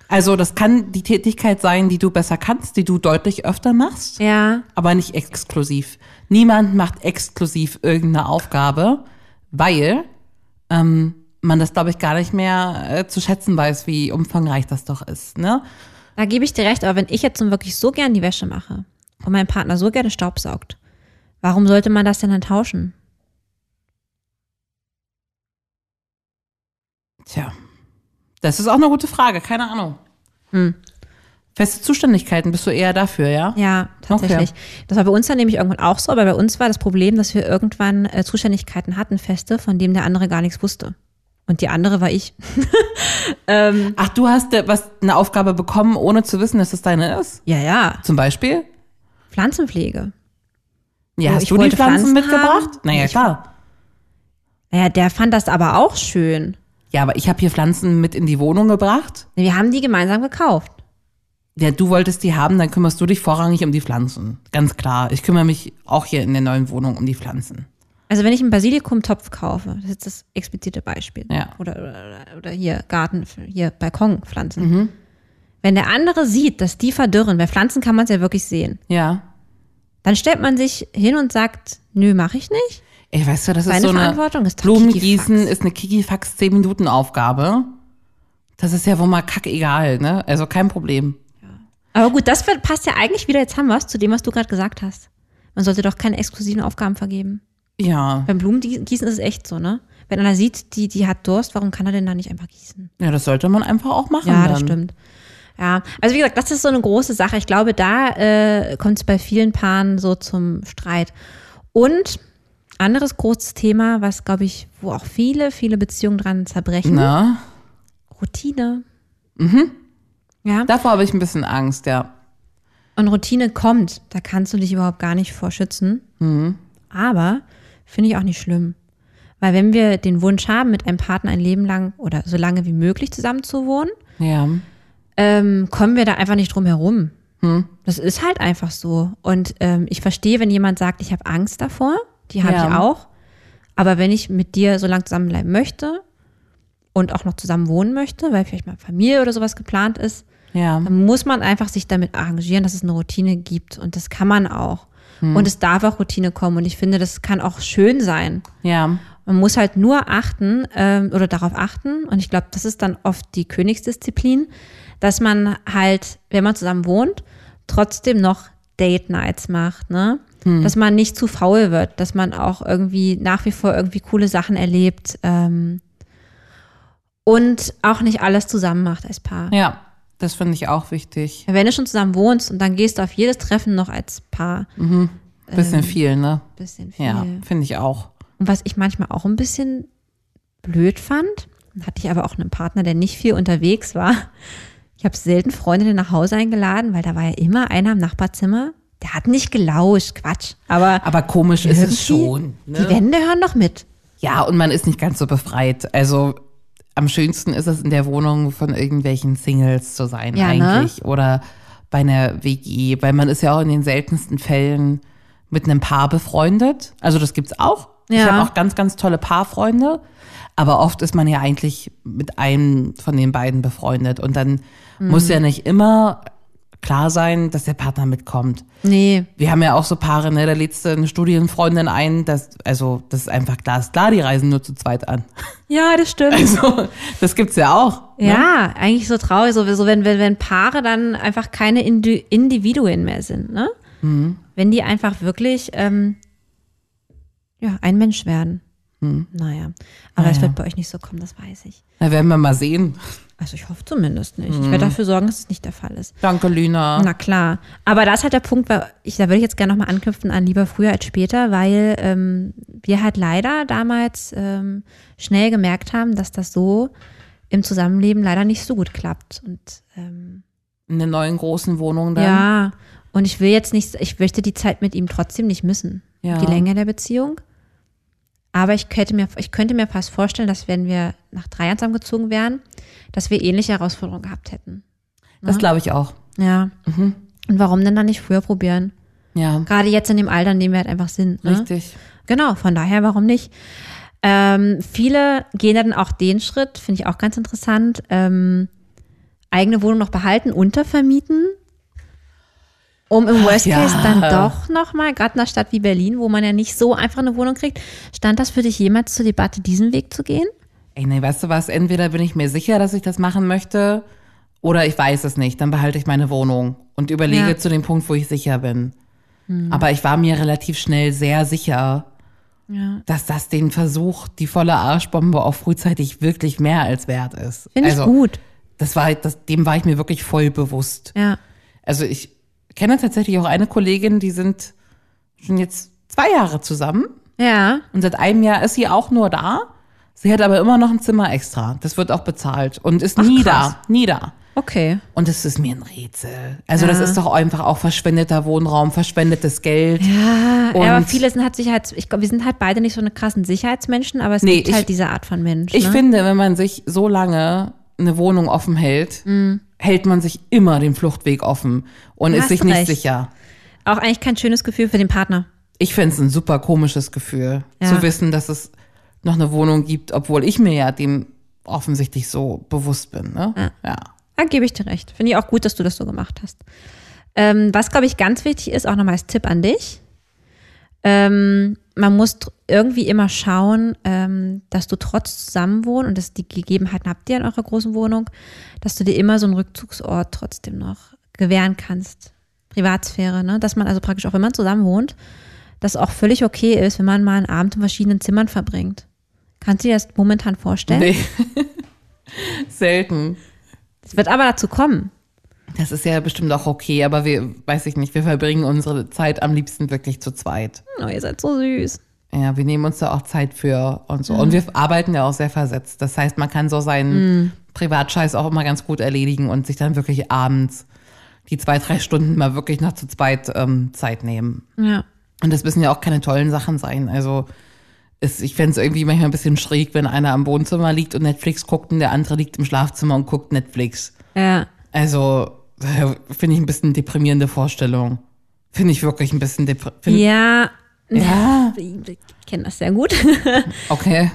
[SPEAKER 2] Also das kann die Tätigkeit sein, die du besser kannst, die du deutlich öfter machst,
[SPEAKER 1] Ja.
[SPEAKER 2] aber nicht exklusiv. Niemand macht exklusiv irgendeine Aufgabe, weil ähm, man das, glaube ich, gar nicht mehr äh, zu schätzen weiß, wie umfangreich das doch ist. Ne?
[SPEAKER 1] Da gebe ich dir recht, aber wenn ich jetzt nun wirklich so gern die Wäsche mache und mein Partner so gerne staubsaugt, warum sollte man das denn dann tauschen?
[SPEAKER 2] Tja, das ist auch eine gute Frage, keine Ahnung. Hm. Feste Zuständigkeiten bist du eher dafür, ja?
[SPEAKER 1] Ja, tatsächlich. Das war bei uns dann nämlich irgendwann auch so, aber bei uns war das Problem, dass wir irgendwann äh, Zuständigkeiten hatten, feste, von dem der andere gar nichts wusste. Und die andere war ich.
[SPEAKER 2] Ach, du hast äh, was eine Aufgabe bekommen, ohne zu wissen, dass es deine ist?
[SPEAKER 1] Ja, ja,
[SPEAKER 2] Zum Beispiel?
[SPEAKER 1] Pflanzenpflege.
[SPEAKER 2] Ja,
[SPEAKER 1] Oh,
[SPEAKER 2] hast
[SPEAKER 1] ich
[SPEAKER 2] du die
[SPEAKER 1] wollte
[SPEAKER 2] Pflanzen,
[SPEAKER 1] Pflanzen
[SPEAKER 2] mitgebracht?
[SPEAKER 1] haben.
[SPEAKER 2] Naja,
[SPEAKER 1] Ich-
[SPEAKER 2] klar.
[SPEAKER 1] Naja, der fand das aber auch schön.
[SPEAKER 2] Ja, aber ich habe hier Pflanzen mit in die Wohnung gebracht.
[SPEAKER 1] Wir haben die gemeinsam gekauft.
[SPEAKER 2] Ja, du wolltest die haben, dann kümmerst du dich vorrangig um die Pflanzen. Ganz klar. Ich kümmere mich auch hier in der neuen Wohnung um die Pflanzen.
[SPEAKER 1] Also wenn ich einen Basilikumtopf kaufe, das ist das explizite Beispiel.
[SPEAKER 2] Ja.
[SPEAKER 1] Oder, oder, oder hier Garten, hier Balkonpflanzen. Wenn der andere sieht, dass die verdürren, bei Pflanzen kann man es ja wirklich sehen,
[SPEAKER 2] Ja.
[SPEAKER 1] dann stellt man sich hin und sagt, nö, mache ich nicht.
[SPEAKER 2] Ey, weißt du, das ist
[SPEAKER 1] Deine
[SPEAKER 2] so eine
[SPEAKER 1] Verantwortung ist doch
[SPEAKER 2] Blumengießen
[SPEAKER 1] Kikifax.
[SPEAKER 2] ist eine Kikifax 10 Minuten Aufgabe. Das ist ja wohl mal kackegal, ne? Also kein Problem.
[SPEAKER 1] Aber gut, das wird- passt ja eigentlich wieder, jetzt haben wir es, zu dem, was du gerade gesagt hast. Man sollte doch keine exklusiven Aufgaben vergeben.
[SPEAKER 2] Ja.
[SPEAKER 1] Beim Blumengießen ist es echt so, ne? Wenn einer sieht, die, die hat Durst, warum kann er denn da nicht einfach gießen?
[SPEAKER 2] Ja, das sollte man einfach auch machen.
[SPEAKER 1] Ja,
[SPEAKER 2] dann.
[SPEAKER 1] das stimmt. Ja, also wie gesagt, das ist so eine große Sache. Ich glaube, da äh, kommt es bei vielen Paaren so zum Streit. Und anderes großes Thema, was glaube ich, wo auch viele, viele Beziehungen dran zerbrechen,
[SPEAKER 2] Na,
[SPEAKER 1] Routine. Mhm. Ja.
[SPEAKER 2] davor habe ich ein bisschen Angst, ja.
[SPEAKER 1] Und Routine kommt, da kannst du dich überhaupt gar nicht vor schützen. Aber finde ich auch nicht schlimm. Weil wenn wir den Wunsch haben, mit einem Partner ein Leben lang oder so lange wie möglich zusammen zu wohnen,
[SPEAKER 2] Ja.
[SPEAKER 1] ähm, kommen wir da einfach nicht drum herum. Das ist halt einfach so. Und ähm, ich verstehe, wenn jemand sagt, ich habe Angst davor, die habe
[SPEAKER 2] Ja.
[SPEAKER 1] ich auch. Aber wenn ich mit dir so lange zusammenbleiben möchte und auch noch zusammen wohnen möchte, weil vielleicht mal Familie oder sowas geplant ist,
[SPEAKER 2] Ja.
[SPEAKER 1] dann muss man einfach sich damit arrangieren, dass es eine Routine gibt. Und das kann man auch. Und es darf auch Routine kommen. Und ich finde, das kann auch schön sein.
[SPEAKER 2] Ja.
[SPEAKER 1] Man muss halt nur achten ähm, oder darauf achten, und ich glaube, das ist dann oft die Königsdisziplin, dass man halt, wenn man zusammen wohnt, trotzdem noch Date Nights macht, ne? Dass man nicht zu faul wird, dass man auch irgendwie nach wie vor irgendwie coole Sachen erlebt ähm, und auch nicht alles zusammen macht als Paar.
[SPEAKER 2] Ja. Das finde ich auch wichtig.
[SPEAKER 1] Wenn du schon zusammen wohnst und dann gehst du auf jedes Treffen noch als Paar, Ähm,
[SPEAKER 2] Bisschen viel, ne?
[SPEAKER 1] bisschen viel.
[SPEAKER 2] Ja, finde ich auch.
[SPEAKER 1] Und was ich manchmal auch ein bisschen blöd fand, hatte ich aber auch einen Partner, der nicht viel unterwegs war. Ich habe selten Freundinnen nach Hause eingeladen, weil da war ja immer einer im Nachbarzimmer. Der hat nicht gelauscht, Quatsch. Aber
[SPEAKER 2] Aber komisch ist es
[SPEAKER 1] irgendwie,
[SPEAKER 2] schon. Ne?
[SPEAKER 1] Die Wände hören doch mit.
[SPEAKER 2] Ja, und man ist nicht ganz so befreit. Also am schönsten ist es in der Wohnung von irgendwelchen Singles zu sein
[SPEAKER 1] Ja, ne?
[SPEAKER 2] eigentlich oder bei einer WG, weil man ist ja auch in den seltensten Fällen mit einem Paar befreundet. Also das gibt's auch. Ich
[SPEAKER 1] Ja.
[SPEAKER 2] habe auch ganz, ganz tolle Paarfreunde, aber oft ist man ja eigentlich mit einem von den beiden befreundet und dann
[SPEAKER 1] Mhm.
[SPEAKER 2] muss ja nicht immer klar sein, dass der Partner mitkommt.
[SPEAKER 1] Nee.
[SPEAKER 2] Wir haben ja auch so Paare, ne? Da lädst du eine Studienfreundin ein, das, also, das ist einfach glasklar, die reisen nur zu zweit an.
[SPEAKER 1] Ja, das stimmt.
[SPEAKER 2] Also, das gibt's ja auch. ne?
[SPEAKER 1] Ja, eigentlich so traurig, so, so wenn, wenn, wenn Paare dann einfach keine Indi Individuen mehr sind, ne? Wenn die einfach wirklich ähm, ja, ein Mensch werden. Naja. Aber das wird bei euch nicht so kommen, das weiß ich.
[SPEAKER 2] Da werden wir mal sehen.
[SPEAKER 1] Also ich hoffe zumindest nicht. Ich werde dafür sorgen, dass es nicht der Fall ist.
[SPEAKER 2] Danke, Lina.
[SPEAKER 1] Na klar. Aber das ist halt der Punkt, weil ich, da würde ich jetzt gerne nochmal anknüpfen an lieber früher als später, weil ähm, wir halt leider damals ähm, schnell gemerkt haben, dass das so im Zusammenleben leider nicht so gut klappt. Und ähm,
[SPEAKER 2] In der neuen großen Wohnung dann. ne?
[SPEAKER 1] ja, und ich will jetzt nicht, ich möchte die Zeit mit ihm trotzdem nicht missen.
[SPEAKER 2] Ja.
[SPEAKER 1] Die Länge der Beziehung. Aber ich könnte, mir, ich könnte mir fast vorstellen, dass wenn wir nach drei Jahren zusammengezogen wären, dass wir ähnliche Herausforderungen gehabt hätten.
[SPEAKER 2] Das glaube ich auch.
[SPEAKER 1] Ja.
[SPEAKER 2] Mhm.
[SPEAKER 1] Und warum denn dann nicht früher probieren?
[SPEAKER 2] Ja,
[SPEAKER 1] Gerade jetzt in dem Alter, in dem wir halt einfach sind. Ne?
[SPEAKER 2] richtig.
[SPEAKER 1] Genau, von daher, warum nicht? Ähm, viele gehen dann auch den Schritt, finde ich auch ganz interessant, ähm, eigene Wohnung noch behalten, untervermieten, um im Worst
[SPEAKER 2] ja.
[SPEAKER 1] Case dann doch nochmal, gerade in einer Stadt wie Berlin, wo man ja nicht so einfach eine Wohnung kriegt, stand das für dich jemals zur Debatte, diesen Weg zu gehen?
[SPEAKER 2] Ey, nee, weißt du was? Entweder bin ich mir sicher, dass ich das machen möchte Oder ich weiß es nicht, dann behalte ich meine Wohnung und überlege
[SPEAKER 1] Ja.
[SPEAKER 2] zu dem Punkt, wo ich sicher bin. Aber ich war mir relativ schnell sehr sicher,
[SPEAKER 1] Ja.
[SPEAKER 2] dass das den Versuch, die volle Arschbombe auch frühzeitig wirklich mehr als wert ist.
[SPEAKER 1] Finde
[SPEAKER 2] also,
[SPEAKER 1] ich gut.
[SPEAKER 2] Das war, das, dem war ich mir wirklich voll bewusst.
[SPEAKER 1] Ja.
[SPEAKER 2] Also ich kenne tatsächlich auch eine Kollegin, die sind schon jetzt zwei Jahre zusammen
[SPEAKER 1] Ja.
[SPEAKER 2] und seit einem Jahr ist sie auch nur da. Sie hat aber immer noch ein Zimmer extra. Das wird auch bezahlt und ist nie
[SPEAKER 1] krass.
[SPEAKER 2] da, nie da.
[SPEAKER 1] Okay.
[SPEAKER 2] Und das ist mir ein Rätsel. Also das
[SPEAKER 1] Ja.
[SPEAKER 2] ist doch einfach auch verschwendeter Wohnraum, verschwendetes Geld.
[SPEAKER 1] Ja,
[SPEAKER 2] Und-
[SPEAKER 1] ja, aber viele sind halt Sicherheits, ich glaube, wir sind halt beide nicht so eine krassen Sicherheitsmenschen, aber es
[SPEAKER 2] Nee,
[SPEAKER 1] gibt
[SPEAKER 2] ich-
[SPEAKER 1] halt diese Art von Mensch.
[SPEAKER 2] Ich
[SPEAKER 1] ne?
[SPEAKER 2] finde, wenn man sich so lange eine Wohnung offen hält, hält man sich immer den Fluchtweg offen
[SPEAKER 1] Mm.
[SPEAKER 2] und
[SPEAKER 1] Du
[SPEAKER 2] ist
[SPEAKER 1] hast
[SPEAKER 2] sich nicht
[SPEAKER 1] recht.
[SPEAKER 2] sicher.
[SPEAKER 1] auch eigentlich kein schönes Gefühl für den Partner.
[SPEAKER 2] Ich find's ein super komisches Gefühl,
[SPEAKER 1] Ja.
[SPEAKER 2] zu wissen, dass es noch eine Wohnung gibt, obwohl ich mir ja dem offensichtlich so bewusst bin. Ne? Ja.
[SPEAKER 1] Da gebe ich dir recht. Finde ich auch gut, dass du das so gemacht hast. Ähm, was, glaube ich, ganz wichtig ist, auch nochmal als Tipp an dich. Ähm, man muss tr- irgendwie immer schauen, ähm, dass du trotz Zusammenwohnen und dass die Gegebenheiten habt ihr in eurer großen Wohnung, dass du dir immer so einen Rückzugsort trotzdem noch gewähren kannst. Privatsphäre, ne? Dass man also praktisch auch, wenn man zusammen wohnt, das auch völlig okay ist, wenn man mal einen Abend in verschiedenen Zimmern verbringt. Kannst du dir das momentan vorstellen?
[SPEAKER 2] Nee. Selten.
[SPEAKER 1] Es wird aber dazu kommen.
[SPEAKER 2] Das ist ja bestimmt auch okay, aber wir, weiß ich nicht, wir verbringen unsere Zeit am liebsten wirklich zu zweit.
[SPEAKER 1] Oh, ihr seid so süß.
[SPEAKER 2] Ja, wir nehmen uns da auch Zeit für und so. Und wir arbeiten ja auch sehr versetzt. Das heißt, man kann so seinen Privatscheiß auch immer ganz gut erledigen und sich dann wirklich abends die zwei, drei Stunden mal wirklich noch zu zweit ähm, Zeit nehmen.
[SPEAKER 1] Ja.
[SPEAKER 2] Und das müssen ja auch keine tollen Sachen sein. Also ist, ich fänd's irgendwie manchmal ein bisschen schräg, wenn einer am Wohnzimmer liegt und Netflix guckt und der andere liegt im Schlafzimmer und guckt Netflix.
[SPEAKER 1] Ja.
[SPEAKER 2] Also äh, finde ich ein bisschen deprimierende Vorstellung. Finde ich wirklich ein bisschen deprimierend.
[SPEAKER 1] Ja,
[SPEAKER 2] Ja.
[SPEAKER 1] ich kenne das sehr gut.
[SPEAKER 2] Okay.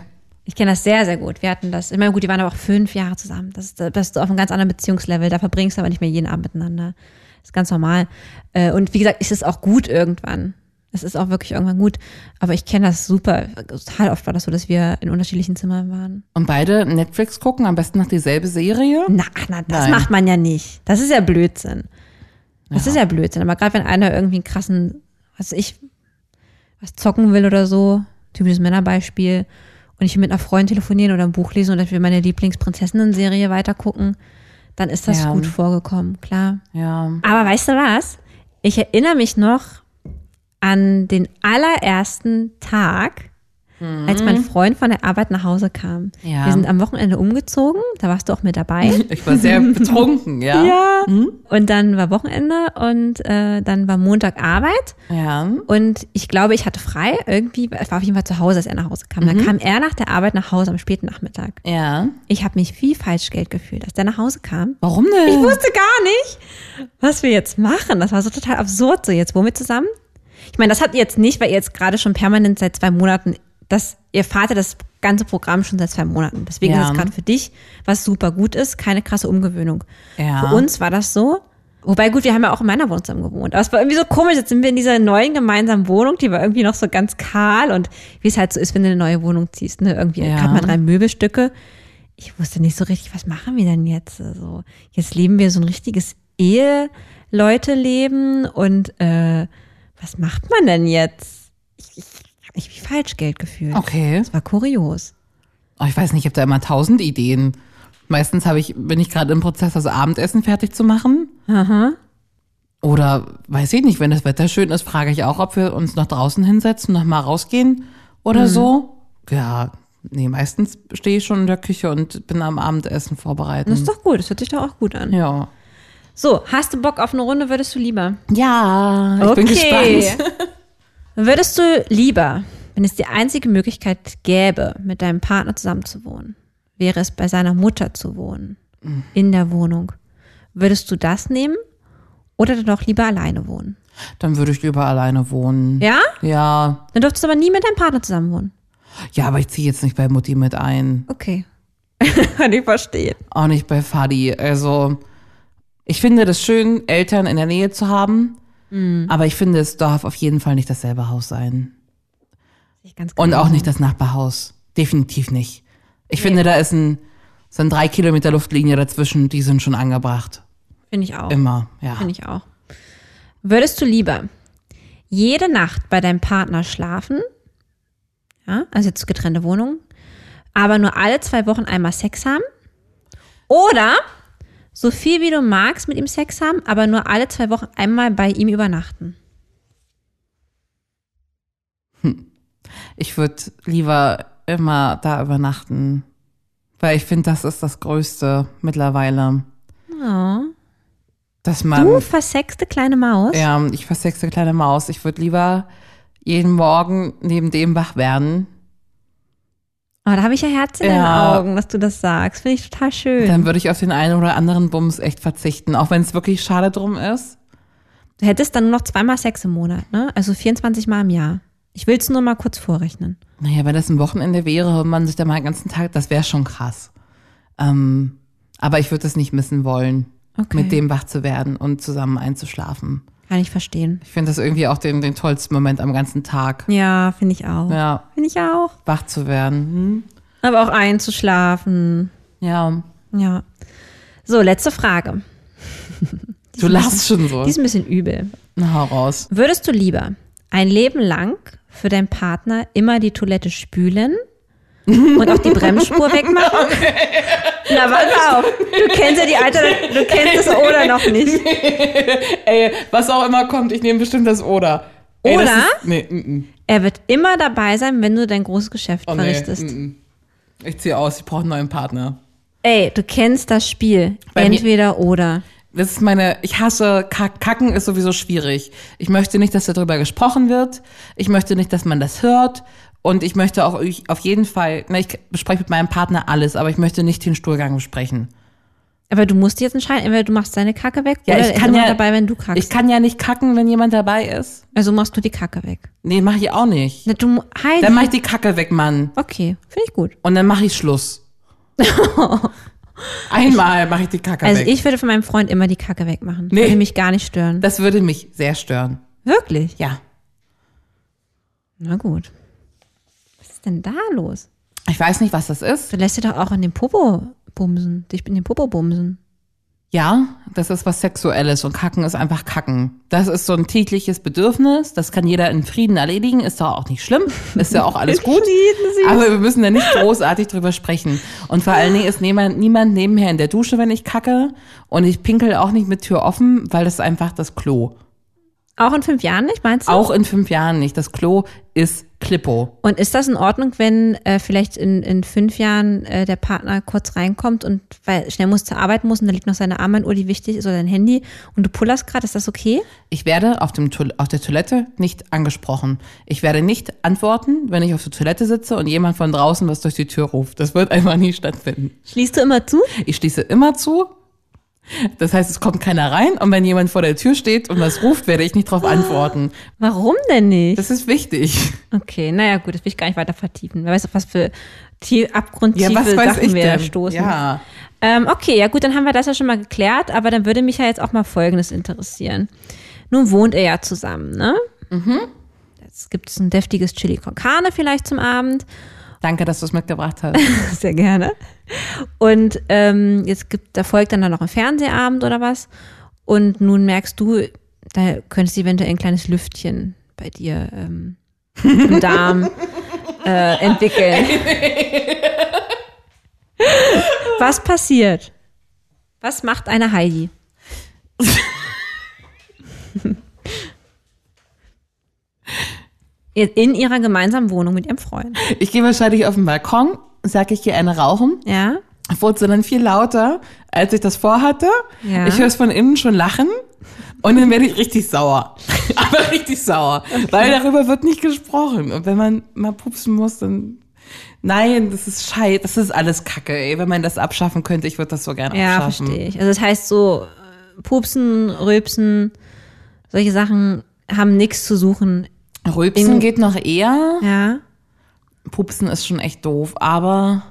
[SPEAKER 1] Ich kenne das sehr, sehr gut. Wir hatten das, ich meine, gut, die waren aber auch fünf Jahre zusammen. Das ist, das ist auf einem ganz anderen Beziehungslevel. Da verbringst du aber nicht mehr jeden Abend miteinander. Das ist ganz normal. Äh, Und wie gesagt, ist es auch gut irgendwann. Es ist auch wirklich irgendwann gut. Aber ich kenne das super. Total oft war das so, dass wir in unterschiedlichen Zimmern waren.
[SPEAKER 2] Und beide Netflix gucken, am besten noch dieselbe Serie.
[SPEAKER 1] Na, na das
[SPEAKER 2] Nein.
[SPEAKER 1] macht man ja nicht. Das ist ja Blödsinn. Das ist ja Blödsinn. Aber gerade wenn einer irgendwie einen krassen, was weiß ich, was zocken will oder so, typisches Männerbeispiel, und ich will mit einer Freundin telefonieren oder ein Buch lesen oder ich will meine Lieblingsprinzessinnen-Serie weitergucken, dann ist das
[SPEAKER 2] Ja.
[SPEAKER 1] gut vorgekommen, klar.
[SPEAKER 2] Ja.
[SPEAKER 1] Aber weißt du was? Ich erinnere mich noch an den allerersten Tag, als mein Freund von der Arbeit nach Hause kam.
[SPEAKER 2] Mhm. Ja.
[SPEAKER 1] Wir sind am Wochenende umgezogen, da warst du auch mit dabei.
[SPEAKER 2] Ich war sehr betrunken, ja.
[SPEAKER 1] Ja. Und dann war Wochenende und äh, dann war Montag Arbeit.
[SPEAKER 2] Ja.
[SPEAKER 1] Und ich glaube, ich hatte frei. Irgendwie ich war auf jeden Fall zu Hause, als er nach Hause kam. Dann kam er nach der Arbeit nach Hause am späten Nachmittag.
[SPEAKER 2] Ja.
[SPEAKER 1] Ich habe mich wie Falschgeld gefühlt, als der nach Hause kam.
[SPEAKER 2] Warum denn?
[SPEAKER 1] Ich wusste gar nicht, was wir jetzt machen. Das war so total absurd. So, jetzt wohnen wir zusammen? Ich meine, das habt ihr jetzt nicht, weil ihr jetzt gerade schon permanent seit zwei Monaten, das, ihr fahrt ja das ganze Programm schon seit zwei Monaten. Deswegen
[SPEAKER 2] Ja.
[SPEAKER 1] ist es gerade für dich, was super gut ist, keine krasse Umgewöhnung.
[SPEAKER 2] Ja.
[SPEAKER 1] Für uns war das so. Wobei gut, wir haben ja auch in meiner Wohnung zusammen gewohnt. Aber es war irgendwie so komisch, jetzt sind wir in dieser neuen gemeinsamen Wohnung, die war irgendwie noch so ganz kahl und wie es halt so ist, wenn du eine neue Wohnung ziehst, ne? Irgendwie
[SPEAKER 2] Ja.
[SPEAKER 1] gerade mal drei Möbelstücke ich wusste nicht so richtig, was machen wir denn jetzt? Also, jetzt leben wir so ein richtiges Eheleute-Leben und äh, was macht man denn jetzt? Ich, ich habe mich wie Falschgeld gefühlt.
[SPEAKER 2] Okay.
[SPEAKER 1] Das war kurios.
[SPEAKER 2] Oh, ich weiß nicht, ich habe da immer tausend Ideen. Meistens habe ich, bin ich gerade im Prozess, das Abendessen fertig zu machen. Oder weiß ich nicht, wenn das Wetter schön ist, frage ich auch, ob wir uns noch draußen hinsetzen, noch mal rausgehen
[SPEAKER 1] Mhm.
[SPEAKER 2] oder so. Ja, nee, meistens stehe ich schon in der Küche und bin am Abendessen
[SPEAKER 1] Das
[SPEAKER 2] vorbereiten.
[SPEAKER 1] ist doch gut, das hört sich doch auch gut an.
[SPEAKER 2] Ja.
[SPEAKER 1] So, hast du Bock auf eine Runde, würdest du lieber?
[SPEAKER 2] Ja, ich bin gespannt.
[SPEAKER 1] Würdest du lieber, wenn es die einzige Möglichkeit gäbe, mit deinem Partner zusammen zu wohnen, wäre es bei seiner Mutter zu wohnen, in der Wohnung, würdest du das nehmen oder dann doch lieber alleine wohnen?
[SPEAKER 2] Dann würde ich lieber alleine wohnen.
[SPEAKER 1] Ja?
[SPEAKER 2] Ja.
[SPEAKER 1] Dann dürftest du aber nie mit deinem Partner zusammen wohnen.
[SPEAKER 2] Ja, aber ich ziehe jetzt nicht bei Mutti mit ein.
[SPEAKER 1] Okay. Kann ich verstehen.
[SPEAKER 2] Auch nicht bei Fadi. Also, ich finde das schön, Eltern in der Nähe zu haben.
[SPEAKER 1] Mhm.
[SPEAKER 2] Aber ich finde, es darf auf jeden Fall nicht dasselbe Haus sein.
[SPEAKER 1] Ich ganz
[SPEAKER 2] Und
[SPEAKER 1] genau
[SPEAKER 2] auch
[SPEAKER 1] so.
[SPEAKER 2] nicht das Nachbarhaus. Definitiv nicht. Ich finde, da ist ein sind drei Kilometer Luftlinie dazwischen, die sind schon angebracht.
[SPEAKER 1] Finde ich auch.
[SPEAKER 2] Immer, ja.
[SPEAKER 1] Ah. Finde ich auch. Würdest du lieber jede Nacht bei deinem Partner schlafen, ja, also jetzt getrennte Wohnungen, aber nur alle zwei Wochen einmal Sex haben? Oder so viel wie du magst mit ihm Sex haben, aber nur alle zwei Wochen einmal bei ihm übernachten?
[SPEAKER 2] Ich würde lieber immer da übernachten, weil ich finde, das ist das Größte mittlerweile,
[SPEAKER 1] Oh.
[SPEAKER 2] dass man
[SPEAKER 1] Du versexte kleine Maus.
[SPEAKER 2] Ähm. Ja, ich versexte kleine Maus. Ich würde lieber jeden Morgen neben dem wach werden.
[SPEAKER 1] Oh, da habe ich ja Herz in
[SPEAKER 2] Ja. Ähm.
[SPEAKER 1] den Augen, dass du das sagst. Finde ich total schön.
[SPEAKER 2] Dann würde ich auf den einen oder anderen Bums echt verzichten, auch wenn es wirklich schade drum ist.
[SPEAKER 1] Du hättest dann nur noch zweimal Sex im Monat, ne? Also 24 Mal im Jahr. Ich will es nur mal kurz vorrechnen.
[SPEAKER 2] Naja, wenn das ein Wochenende wäre und man sich da mal den ganzen Tag, das wäre schon krass. Ähm, aber ich würde es nicht missen wollen,
[SPEAKER 1] Okay.
[SPEAKER 2] mit dem wach zu werden und zusammen einzuschlafen.
[SPEAKER 1] Kann ich verstehen.
[SPEAKER 2] Ich finde das irgendwie auch den, den tollsten Moment am ganzen Tag.
[SPEAKER 1] Ja, finde ich auch.
[SPEAKER 2] Ja,
[SPEAKER 1] Finde ich auch.
[SPEAKER 2] wach zu werden.
[SPEAKER 1] Aber auch einzuschlafen.
[SPEAKER 2] Hm. Ja.
[SPEAKER 1] Ja. So, letzte Frage.
[SPEAKER 2] Du lachst schon so.
[SPEAKER 1] Die ist ein bisschen übel.
[SPEAKER 2] Na, hau raus.
[SPEAKER 1] Würdest du lieber ein Leben lang für deinen Partner immer die Toilette spülen und auch die Bremsspur wegmachen? Na, warte auf. Du kennst ja die Alternative. Du kennst es oder noch nicht.
[SPEAKER 2] Ey, was auch immer kommt, ich nehme bestimmt das Oder. Ey, das
[SPEAKER 1] Oder?
[SPEAKER 2] Ist, nee, mm, mm.
[SPEAKER 1] Er wird immer dabei sein, wenn du dein großes Geschäft
[SPEAKER 2] Oh, nee,
[SPEAKER 1] verrichtest.
[SPEAKER 2] mm, mm. Ich ziehe aus, ich brauche einen neuen Partner.
[SPEAKER 1] Ey, du kennst das Spiel.
[SPEAKER 2] Bei mir-
[SPEAKER 1] Entweder oder.
[SPEAKER 2] Das ist meine, ich hasse, Kack- Kacken ist sowieso schwierig. Ich möchte nicht, dass darüber gesprochen wird. Ich möchte nicht, dass man das hört. Und ich möchte auch ich, auf jeden Fall, na, ich bespreche mit meinem Partner alles, aber ich möchte nicht den Stuhlgang besprechen.
[SPEAKER 1] Aber du musst jetzt entscheiden, entweder du machst deine Kacke weg
[SPEAKER 2] Ja,
[SPEAKER 1] oder
[SPEAKER 2] ich
[SPEAKER 1] er ist
[SPEAKER 2] kann
[SPEAKER 1] immer
[SPEAKER 2] ja,
[SPEAKER 1] dabei, wenn du kackst.
[SPEAKER 2] Ich kann ja nicht kacken, wenn jemand dabei ist.
[SPEAKER 1] also machst du die Kacke weg.
[SPEAKER 2] Nee, mache ich auch nicht.
[SPEAKER 1] Na, du, mu- Heidi.
[SPEAKER 2] Dann mache ich die Kacke weg, Mann.
[SPEAKER 1] okay, finde ich gut.
[SPEAKER 2] Und dann mache ich Schluss. Einmal mache ich die Kacke
[SPEAKER 1] Also
[SPEAKER 2] weg.
[SPEAKER 1] ich würde von meinem Freund immer die Kacke wegmachen.
[SPEAKER 2] Nee.
[SPEAKER 1] Würde mich gar nicht stören.
[SPEAKER 2] das würde mich sehr stören.
[SPEAKER 1] Wirklich?
[SPEAKER 2] Ja.
[SPEAKER 1] Na gut. Was ist denn da los?
[SPEAKER 2] Ich weiß nicht, was das ist.
[SPEAKER 1] Du lässt dir doch auch in den Popo bumsen. Dich in den Popo bumsen.
[SPEAKER 2] Ja, das ist was Sexuelles und Kacken ist einfach Kacken. Das ist so ein tägliches Bedürfnis. Das kann jeder in Frieden erledigen. Ist doch auch nicht schlimm. Ist ja auch alles gut. Aber wir müssen da nicht großartig drüber sprechen. Und vor allen Dingen ist niemand, niemand nebenher in der Dusche, wenn ich kacke. Und ich pinkel auch nicht mit Tür offen, weil das ist einfach das Klo.
[SPEAKER 1] Auch in fünf Jahren nicht, meinst du?
[SPEAKER 2] Auch in fünf Jahren nicht. Das Klo ist Klippo.
[SPEAKER 1] Und ist das in Ordnung, wenn äh, vielleicht in, in fünf Jahren äh, der Partner kurz reinkommt und weil schnell muss zur Arbeit muss und da liegt noch seine Armbanduhr, die wichtig ist, oder dein Handy und du pullerst gerade, ist das okay?
[SPEAKER 2] Ich werde auf, dem Toil- auf der Toilette nicht angesprochen. Ich werde nicht antworten, wenn ich auf der Toilette sitze und jemand von draußen was durch die Tür ruft. Das wird einfach nie stattfinden.
[SPEAKER 1] Schließt du immer zu?
[SPEAKER 2] Ich schließe immer zu. Das heißt, es kommt keiner rein und wenn jemand vor der Tür steht und was ruft, werde ich nicht darauf antworten.
[SPEAKER 1] Warum denn nicht?
[SPEAKER 2] Das ist wichtig.
[SPEAKER 1] Okay, naja gut, das will ich gar nicht weiter vertiefen. Wer weiß auf was für tie- abgrundtiefe
[SPEAKER 2] Ja, was weiß
[SPEAKER 1] Sachen
[SPEAKER 2] ich
[SPEAKER 1] wir da
[SPEAKER 2] denn?
[SPEAKER 1] stoßen.
[SPEAKER 2] Ja.
[SPEAKER 1] Ähm, okay, ja gut, dann haben wir das ja schon mal geklärt, aber dann würde mich ja jetzt auch mal Folgendes interessieren. Nun wohnt ihr ja zusammen, ne? Mhm. Jetzt gibt es ein deftiges Chili con Carne vielleicht zum Abend.
[SPEAKER 2] Danke, dass du es mitgebracht hast.
[SPEAKER 1] Sehr gerne. Und ähm, jetzt gibt, da folgt dann, dann noch ein Fernsehabend oder was. Und nun merkst du, da könntest du eventuell ein kleines Lüftchen bei dir ähm, im Darm äh, entwickeln. was passiert? Was macht eine Heidi? In ihrer gemeinsamen Wohnung mit ihrem Freund.
[SPEAKER 2] Ich gehe wahrscheinlich auf den Balkon, sage ich gehe eine rauchen
[SPEAKER 1] Ja?
[SPEAKER 2] wurde dann viel lauter, als ich das vorhatte.
[SPEAKER 1] Ja.
[SPEAKER 2] Ich höre es von innen schon lachen und dann werde ich richtig sauer. Aber richtig sauer, weil darüber wird nicht gesprochen. Und wenn man mal pupsen muss, dann nein, das ist scheiße, das ist alles Kacke. Ey. Wenn man das abschaffen könnte, ich würde das so gerne
[SPEAKER 1] Ja,
[SPEAKER 2] abschaffen.
[SPEAKER 1] verstehe ich. Also das heißt so, äh, Pupsen, Rülpsen, solche Sachen haben nichts zu suchen.
[SPEAKER 2] Rülpsen
[SPEAKER 1] In-
[SPEAKER 2] geht noch eher.
[SPEAKER 1] Ja.
[SPEAKER 2] Pupsen ist schon echt doof, aber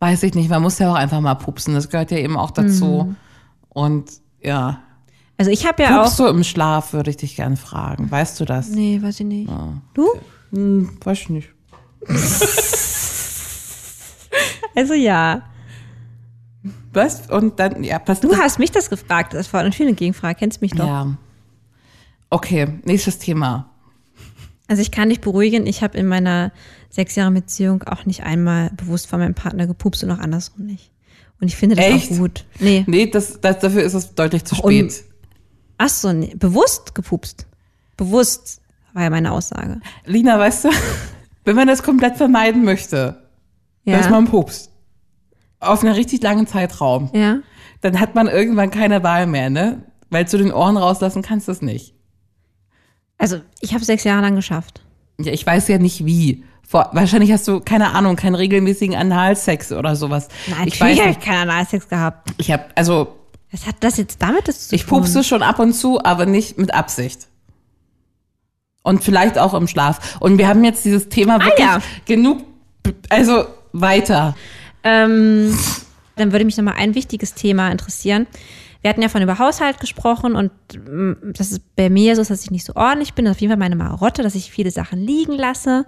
[SPEAKER 2] weiß ich nicht, man muss ja auch einfach mal pupsen. Das gehört ja eben auch dazu.
[SPEAKER 1] Mhm.
[SPEAKER 2] Und ja,
[SPEAKER 1] Also ich habe ja
[SPEAKER 2] Pupst
[SPEAKER 1] auch.
[SPEAKER 2] du im Schlaf, würde ich dich gerne fragen. Weißt du das?
[SPEAKER 1] Nee, weiß ich nicht. Du?
[SPEAKER 2] Hm, weiß ich nicht.
[SPEAKER 1] Also ja.
[SPEAKER 2] Was? Und dann, ja, passt
[SPEAKER 1] Du hast mich das gefragt. Das war eine schöne Gegenfrage. Kennst mich doch.
[SPEAKER 2] Ja. Okay, nächstes Thema.
[SPEAKER 1] Also ich kann dich beruhigen. Ich habe in meiner sechsjährigen Beziehung auch nicht einmal bewusst von meinem Partner gepupst und auch andersrum nicht. Und ich finde das
[SPEAKER 2] Echt?
[SPEAKER 1] auch gut. Nee.
[SPEAKER 2] Nee, das, das, dafür ist es deutlich zu
[SPEAKER 1] Und-
[SPEAKER 2] spät.
[SPEAKER 1] Ach so, nee. bewusst gepupst. Bewusst war ja meine Aussage.
[SPEAKER 2] Lina, weißt du, wenn man das komplett vermeiden möchte,
[SPEAKER 1] Ja.
[SPEAKER 2] dass man pupst, auf einen richtig langen Zeitraum,
[SPEAKER 1] ja.
[SPEAKER 2] dann hat man irgendwann keine Wahl mehr, ne? Weil zu den Ohren rauslassen kannst du es nicht.
[SPEAKER 1] Also ich habe sechs Jahre lang geschafft.
[SPEAKER 2] Ja, ich weiß ja nicht wie. Vor, wahrscheinlich hast du, keine Ahnung, keinen regelmäßigen Analsex oder sowas.
[SPEAKER 1] Natürlich
[SPEAKER 2] ich weiß
[SPEAKER 1] habe ich
[SPEAKER 2] nicht.
[SPEAKER 1] keinen Analsex gehabt.
[SPEAKER 2] Ich habe, also,
[SPEAKER 1] Was hat das jetzt damit das zu
[SPEAKER 2] ich
[SPEAKER 1] tun?
[SPEAKER 2] pupse schon ab und zu, aber nicht mit Absicht. Und vielleicht auch im Schlaf. Und wir haben jetzt dieses Thema wirklich
[SPEAKER 1] ja.
[SPEAKER 2] genug, also weiter.
[SPEAKER 1] Ähm, dann würde mich nochmal ein wichtiges Thema interessieren. Wir hatten ja von über Haushalt gesprochen und ähm, das ist bei mir so, ist, dass ich nicht so ordentlich bin. Das ist auf jeden Fall meine Marotte, dass ich viele Sachen liegen lasse.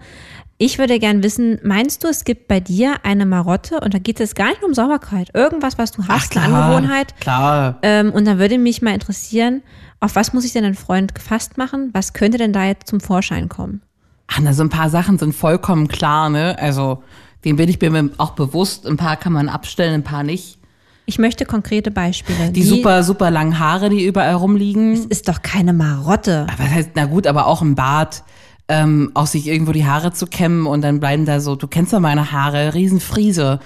[SPEAKER 1] Ich würde gern wissen, meinst du, es gibt bei dir eine Marotte und da geht es gar nicht nur um Sauberkeit, irgendwas, was du hast, eine Angewohnheit?
[SPEAKER 2] Klar.
[SPEAKER 1] Ähm, und dann würde mich mal interessieren, auf was muss ich denn einen Freund gefasst machen? Was könnte denn da jetzt zum Vorschein kommen?
[SPEAKER 2] Ach, na, so ein paar Sachen sind vollkommen klar, ne? Also, dem bin ich mir auch bewusst. Ein paar kann man abstellen, ein paar nicht.
[SPEAKER 1] Ich möchte konkrete Beispiele.
[SPEAKER 2] Die super, super langen Haare, die überall rumliegen.
[SPEAKER 1] ist doch keine Marotte.
[SPEAKER 2] Was heißt, na gut, aber auch im Bart. Ähm, auch sich irgendwo die Haare zu kämmen und dann bleiben da so, du kennst ja meine Haare, Riesenfriese.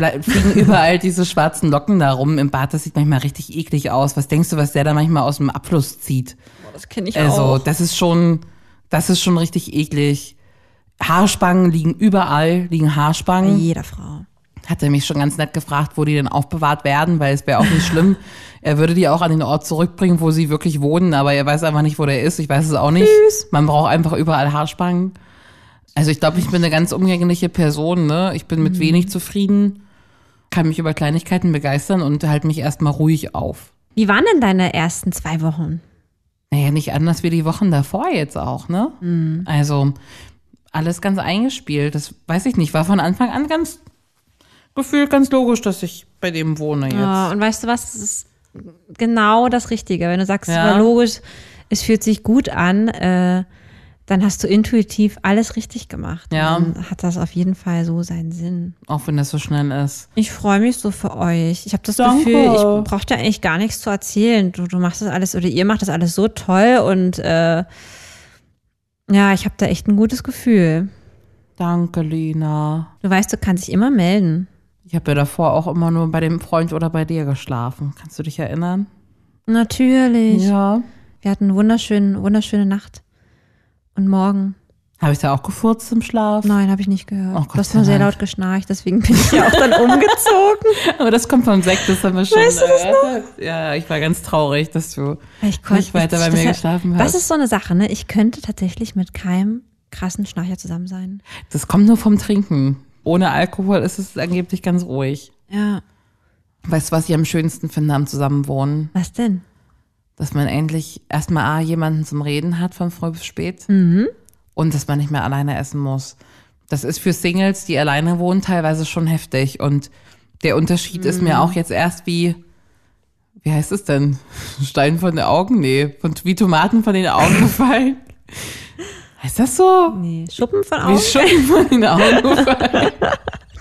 [SPEAKER 2] Blei- Fliegen überall diese schwarzen Locken da rum im Bad, das sieht manchmal richtig eklig aus. Was denkst du, was der da manchmal aus dem Abfluss zieht?
[SPEAKER 1] Das kenne ich
[SPEAKER 2] Also, das ist schon, das ist schon richtig eklig. Haarspangen liegen überall, liegen
[SPEAKER 1] Bei
[SPEAKER 2] Haarspangen.
[SPEAKER 1] jeder Frau.
[SPEAKER 2] Hat er mich schon ganz nett gefragt, wo die denn aufbewahrt werden, weil es wäre auch nicht schlimm. Er würde die auch an den Ort zurückbringen, wo sie wirklich wohnen, aber er weiß einfach nicht, wo der ist. Ich weiß es auch nicht. Man braucht einfach überall Haarspangen. Also ich glaube, ich bin eine ganz umgängliche Person, ne? Ich bin mit wenig zufrieden, kann mich über Kleinigkeiten begeistern und halte mich erstmal ruhig auf.
[SPEAKER 1] Wie waren denn deine ersten zwei Wochen?
[SPEAKER 2] Naja, nicht anders wie die Wochen davor jetzt auch, ne?
[SPEAKER 1] Mhm.
[SPEAKER 2] Also alles ganz eingespielt. Das weiß ich nicht. War von Anfang an ganz gefühlt ganz logisch, dass ich bei dem wohne jetzt.
[SPEAKER 1] Ja, und weißt du was? Das ist genau das Richtige. Wenn du sagst,
[SPEAKER 2] Ja.
[SPEAKER 1] es war logisch, es fühlt sich gut an, äh, dann hast du intuitiv alles richtig gemacht.
[SPEAKER 2] Ja.
[SPEAKER 1] Und Dann hat das auf jeden Fall so seinen Sinn.
[SPEAKER 2] Auch wenn das so schnell ist.
[SPEAKER 1] Ich freue mich so für euch. Ich habe das
[SPEAKER 2] Danke.
[SPEAKER 1] Gefühl, ich brauche dir eigentlich gar nichts zu erzählen. Du, du machst das alles oder ihr macht das alles so toll und äh, ja, ich habe da echt ein gutes Gefühl.
[SPEAKER 2] Danke, Lina.
[SPEAKER 1] Du weißt, du kannst dich immer melden.
[SPEAKER 2] Ich habe ja davor auch immer nur bei dem Freund oder bei dir geschlafen. Kannst du dich erinnern?
[SPEAKER 1] Natürlich.
[SPEAKER 2] Ja.
[SPEAKER 1] Wir hatten eine wunderschöne, wunderschöne Nacht. Und morgen.
[SPEAKER 2] Habe ich da auch gefurzt im Schlaf?
[SPEAKER 1] Nein, habe ich nicht gehört.
[SPEAKER 2] Oh, Gott
[SPEAKER 1] du hast
[SPEAKER 2] sei
[SPEAKER 1] nur sehr
[SPEAKER 2] Dank.
[SPEAKER 1] laut geschnarcht, deswegen bin ich ja auch dann umgezogen.
[SPEAKER 2] Aber das kommt vom Sekt, das haben wir schon.
[SPEAKER 1] Weißt du das
[SPEAKER 2] noch? Ja, ich war ganz traurig, dass du
[SPEAKER 1] Weil Ich konnte
[SPEAKER 2] nicht weiter bei
[SPEAKER 1] das-
[SPEAKER 2] mir
[SPEAKER 1] das-
[SPEAKER 2] geschlafen hast.
[SPEAKER 1] Das ist so eine Sache, ne? Ich könnte tatsächlich mit keinem krassen Schnarcher zusammen sein.
[SPEAKER 2] Das kommt nur vom Trinken. Ohne Alkohol ist es angeblich ganz ruhig.
[SPEAKER 1] Ja.
[SPEAKER 2] Weißt du, was ich am schönsten finde am Zusammenwohnen?
[SPEAKER 1] Was denn?
[SPEAKER 2] Dass man endlich erstmal A, jemanden zum Reden hat von früh bis spät. Und dass man nicht mehr alleine essen muss. Das ist für Singles, die alleine wohnen, teilweise schon heftig. Und der Unterschied ist mir auch jetzt erst wie, wie heißt es denn? Stein von den Augen? Nee, von, wie Tomaten von den Augen gefallen. Heißt das so?
[SPEAKER 1] Nee, Schuppen von
[SPEAKER 2] Wie
[SPEAKER 1] Augen,
[SPEAKER 2] Schuppen von den Augen gefallen.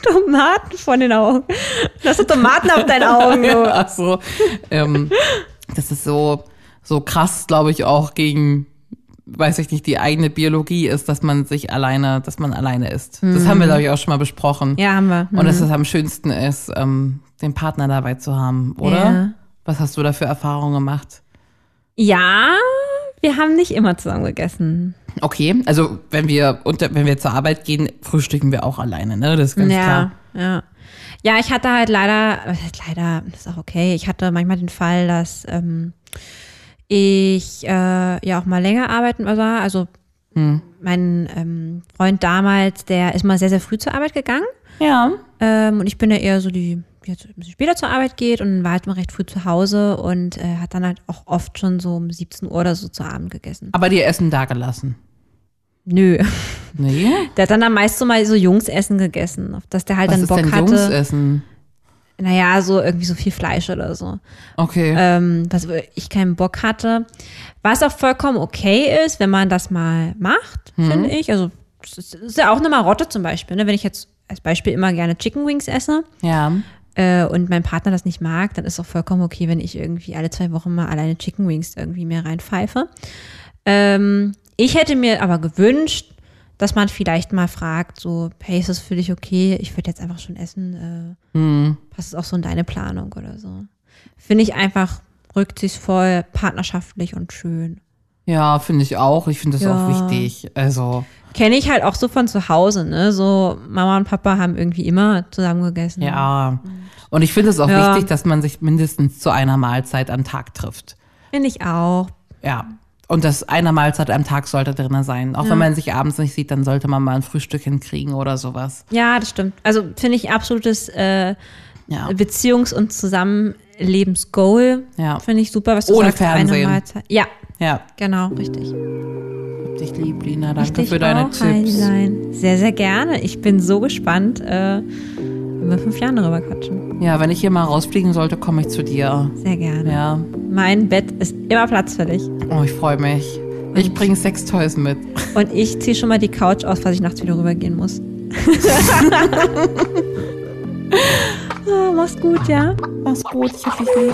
[SPEAKER 1] Tomaten von den Augen. Du hast doch Tomaten auf deinen Augen. du.
[SPEAKER 2] ne? Ach so. ähm, das ist so, so krass, glaube ich, auch gegen, weiß ich nicht, die eigene Biologie ist, dass man sich alleine, dass man alleine ist. Das haben wir, glaube ich, auch schon mal besprochen.
[SPEAKER 1] Mhm. Ja, Mhm. haben wir.
[SPEAKER 2] Und dass es am schönsten ist, ähm, den Partner dabei zu haben, oder?
[SPEAKER 1] Ja.
[SPEAKER 2] Was hast du da für Erfahrungen gemacht?
[SPEAKER 1] Ja, wir haben nicht immer zusammen gegessen.
[SPEAKER 2] Okay, also wenn wir unter, wenn wir zur Arbeit gehen, frühstücken wir auch alleine, ne? Das ist ganz
[SPEAKER 1] ja,
[SPEAKER 2] klar.
[SPEAKER 1] Ja. ja, ich hatte halt leider, was heißt leider, das ist auch okay, ich hatte manchmal den Fall, dass ähm, ich äh, ja auch mal länger arbeiten war. Also
[SPEAKER 2] Hm.
[SPEAKER 1] mein ähm, Freund damals, der ist mal sehr, sehr früh zur Arbeit gegangen.
[SPEAKER 2] Ja.
[SPEAKER 1] Ähm, und ich bin ja eher so die, die jetzt ein bisschen später zur Arbeit geht und war halt mal recht früh zu Hause und äh, hat dann halt auch oft schon so um 17 Uhr oder so zu Abend gegessen.
[SPEAKER 2] Aber dir Essen dagelassen.
[SPEAKER 1] Nö.
[SPEAKER 2] Nee.
[SPEAKER 1] Der hat dann am meisten mal so Jungsessen gegessen, auf das der halt
[SPEAKER 2] Was
[SPEAKER 1] dann
[SPEAKER 2] ist
[SPEAKER 1] Bock
[SPEAKER 2] denn Äh
[SPEAKER 1] hatte.
[SPEAKER 2] Jungsessen?
[SPEAKER 1] naja, so irgendwie so viel Fleisch oder so.
[SPEAKER 2] Okay.
[SPEAKER 1] ähm, was ich keinen Bock hatte. Was auch vollkommen okay ist, wenn man das mal macht,
[SPEAKER 2] Mhm.
[SPEAKER 1] finde ich. Also es ist ja auch eine Marotte zum Beispiel. Ne? Wenn ich jetzt als Beispiel immer gerne Chicken Wings esse
[SPEAKER 2] ja.
[SPEAKER 1] äh, und mein Partner das nicht mag, dann ist auch vollkommen okay, wenn ich irgendwie alle zwei Wochen mal alleine Chicken Wings irgendwie mir reinpfeife. Ähm, ich hätte mir aber gewünscht, dass man vielleicht mal fragt, so, hey, ist das für dich okay? Ich würde jetzt einfach schon essen. Äh, Passt es auch so in deine Planung oder so? Finde ich einfach rücksichtsvoll, partnerschaftlich und schön.
[SPEAKER 2] Ja, finde ich auch. Ich finde das auch
[SPEAKER 1] Ja.
[SPEAKER 2] wichtig. Also,
[SPEAKER 1] Kenne ich halt auch so von zu Hause, ne? So Mama und Papa haben irgendwie immer zusammen gegessen.
[SPEAKER 2] ja. Und ich finde es auch
[SPEAKER 1] Ja.
[SPEAKER 2] wichtig, dass man sich mindestens zu einer Mahlzeit am Tag trifft.
[SPEAKER 1] Finde ich auch.
[SPEAKER 2] Ja. Und das eine Mahlzeit am Tag sollte drin sein. Auch wenn man sich abends nicht sieht, dann sollte man mal ein Frühstück hinkriegen oder sowas.
[SPEAKER 1] Ja, das stimmt. Also finde ich absolutes äh,
[SPEAKER 2] Ja.
[SPEAKER 1] Beziehungs- und Zusammenlebensgoal.
[SPEAKER 2] Ja.
[SPEAKER 1] Finde ich super, was du
[SPEAKER 2] Ohne
[SPEAKER 1] sagst. eine
[SPEAKER 2] Fernsehen.
[SPEAKER 1] Mahlzeit. Ja,
[SPEAKER 2] Ja.
[SPEAKER 1] genau, richtig.
[SPEAKER 2] Hab dich lieb, Lina. Danke
[SPEAKER 1] Dich
[SPEAKER 2] für deine
[SPEAKER 1] auch,
[SPEAKER 2] Tipps.
[SPEAKER 1] Heilein. Sehr, sehr gerne. Ich bin so gespannt, äh, wenn wir fünf Jahre darüber quatschen.
[SPEAKER 2] Ja, wenn ich hier mal rausfliegen sollte, komme ich zu dir.
[SPEAKER 1] Sehr gerne.
[SPEAKER 2] Ja.
[SPEAKER 1] Mein Bett ist immer Platz für dich.
[SPEAKER 2] Oh, ich freue mich. Ich bringe Sextoys mit.
[SPEAKER 1] Und ich ziehe schon mal die Couch aus, falls ich nachts wieder rübergehen muss. Ah, mach's gut, ja?
[SPEAKER 2] Mach's gut. Ich hab dich lieb.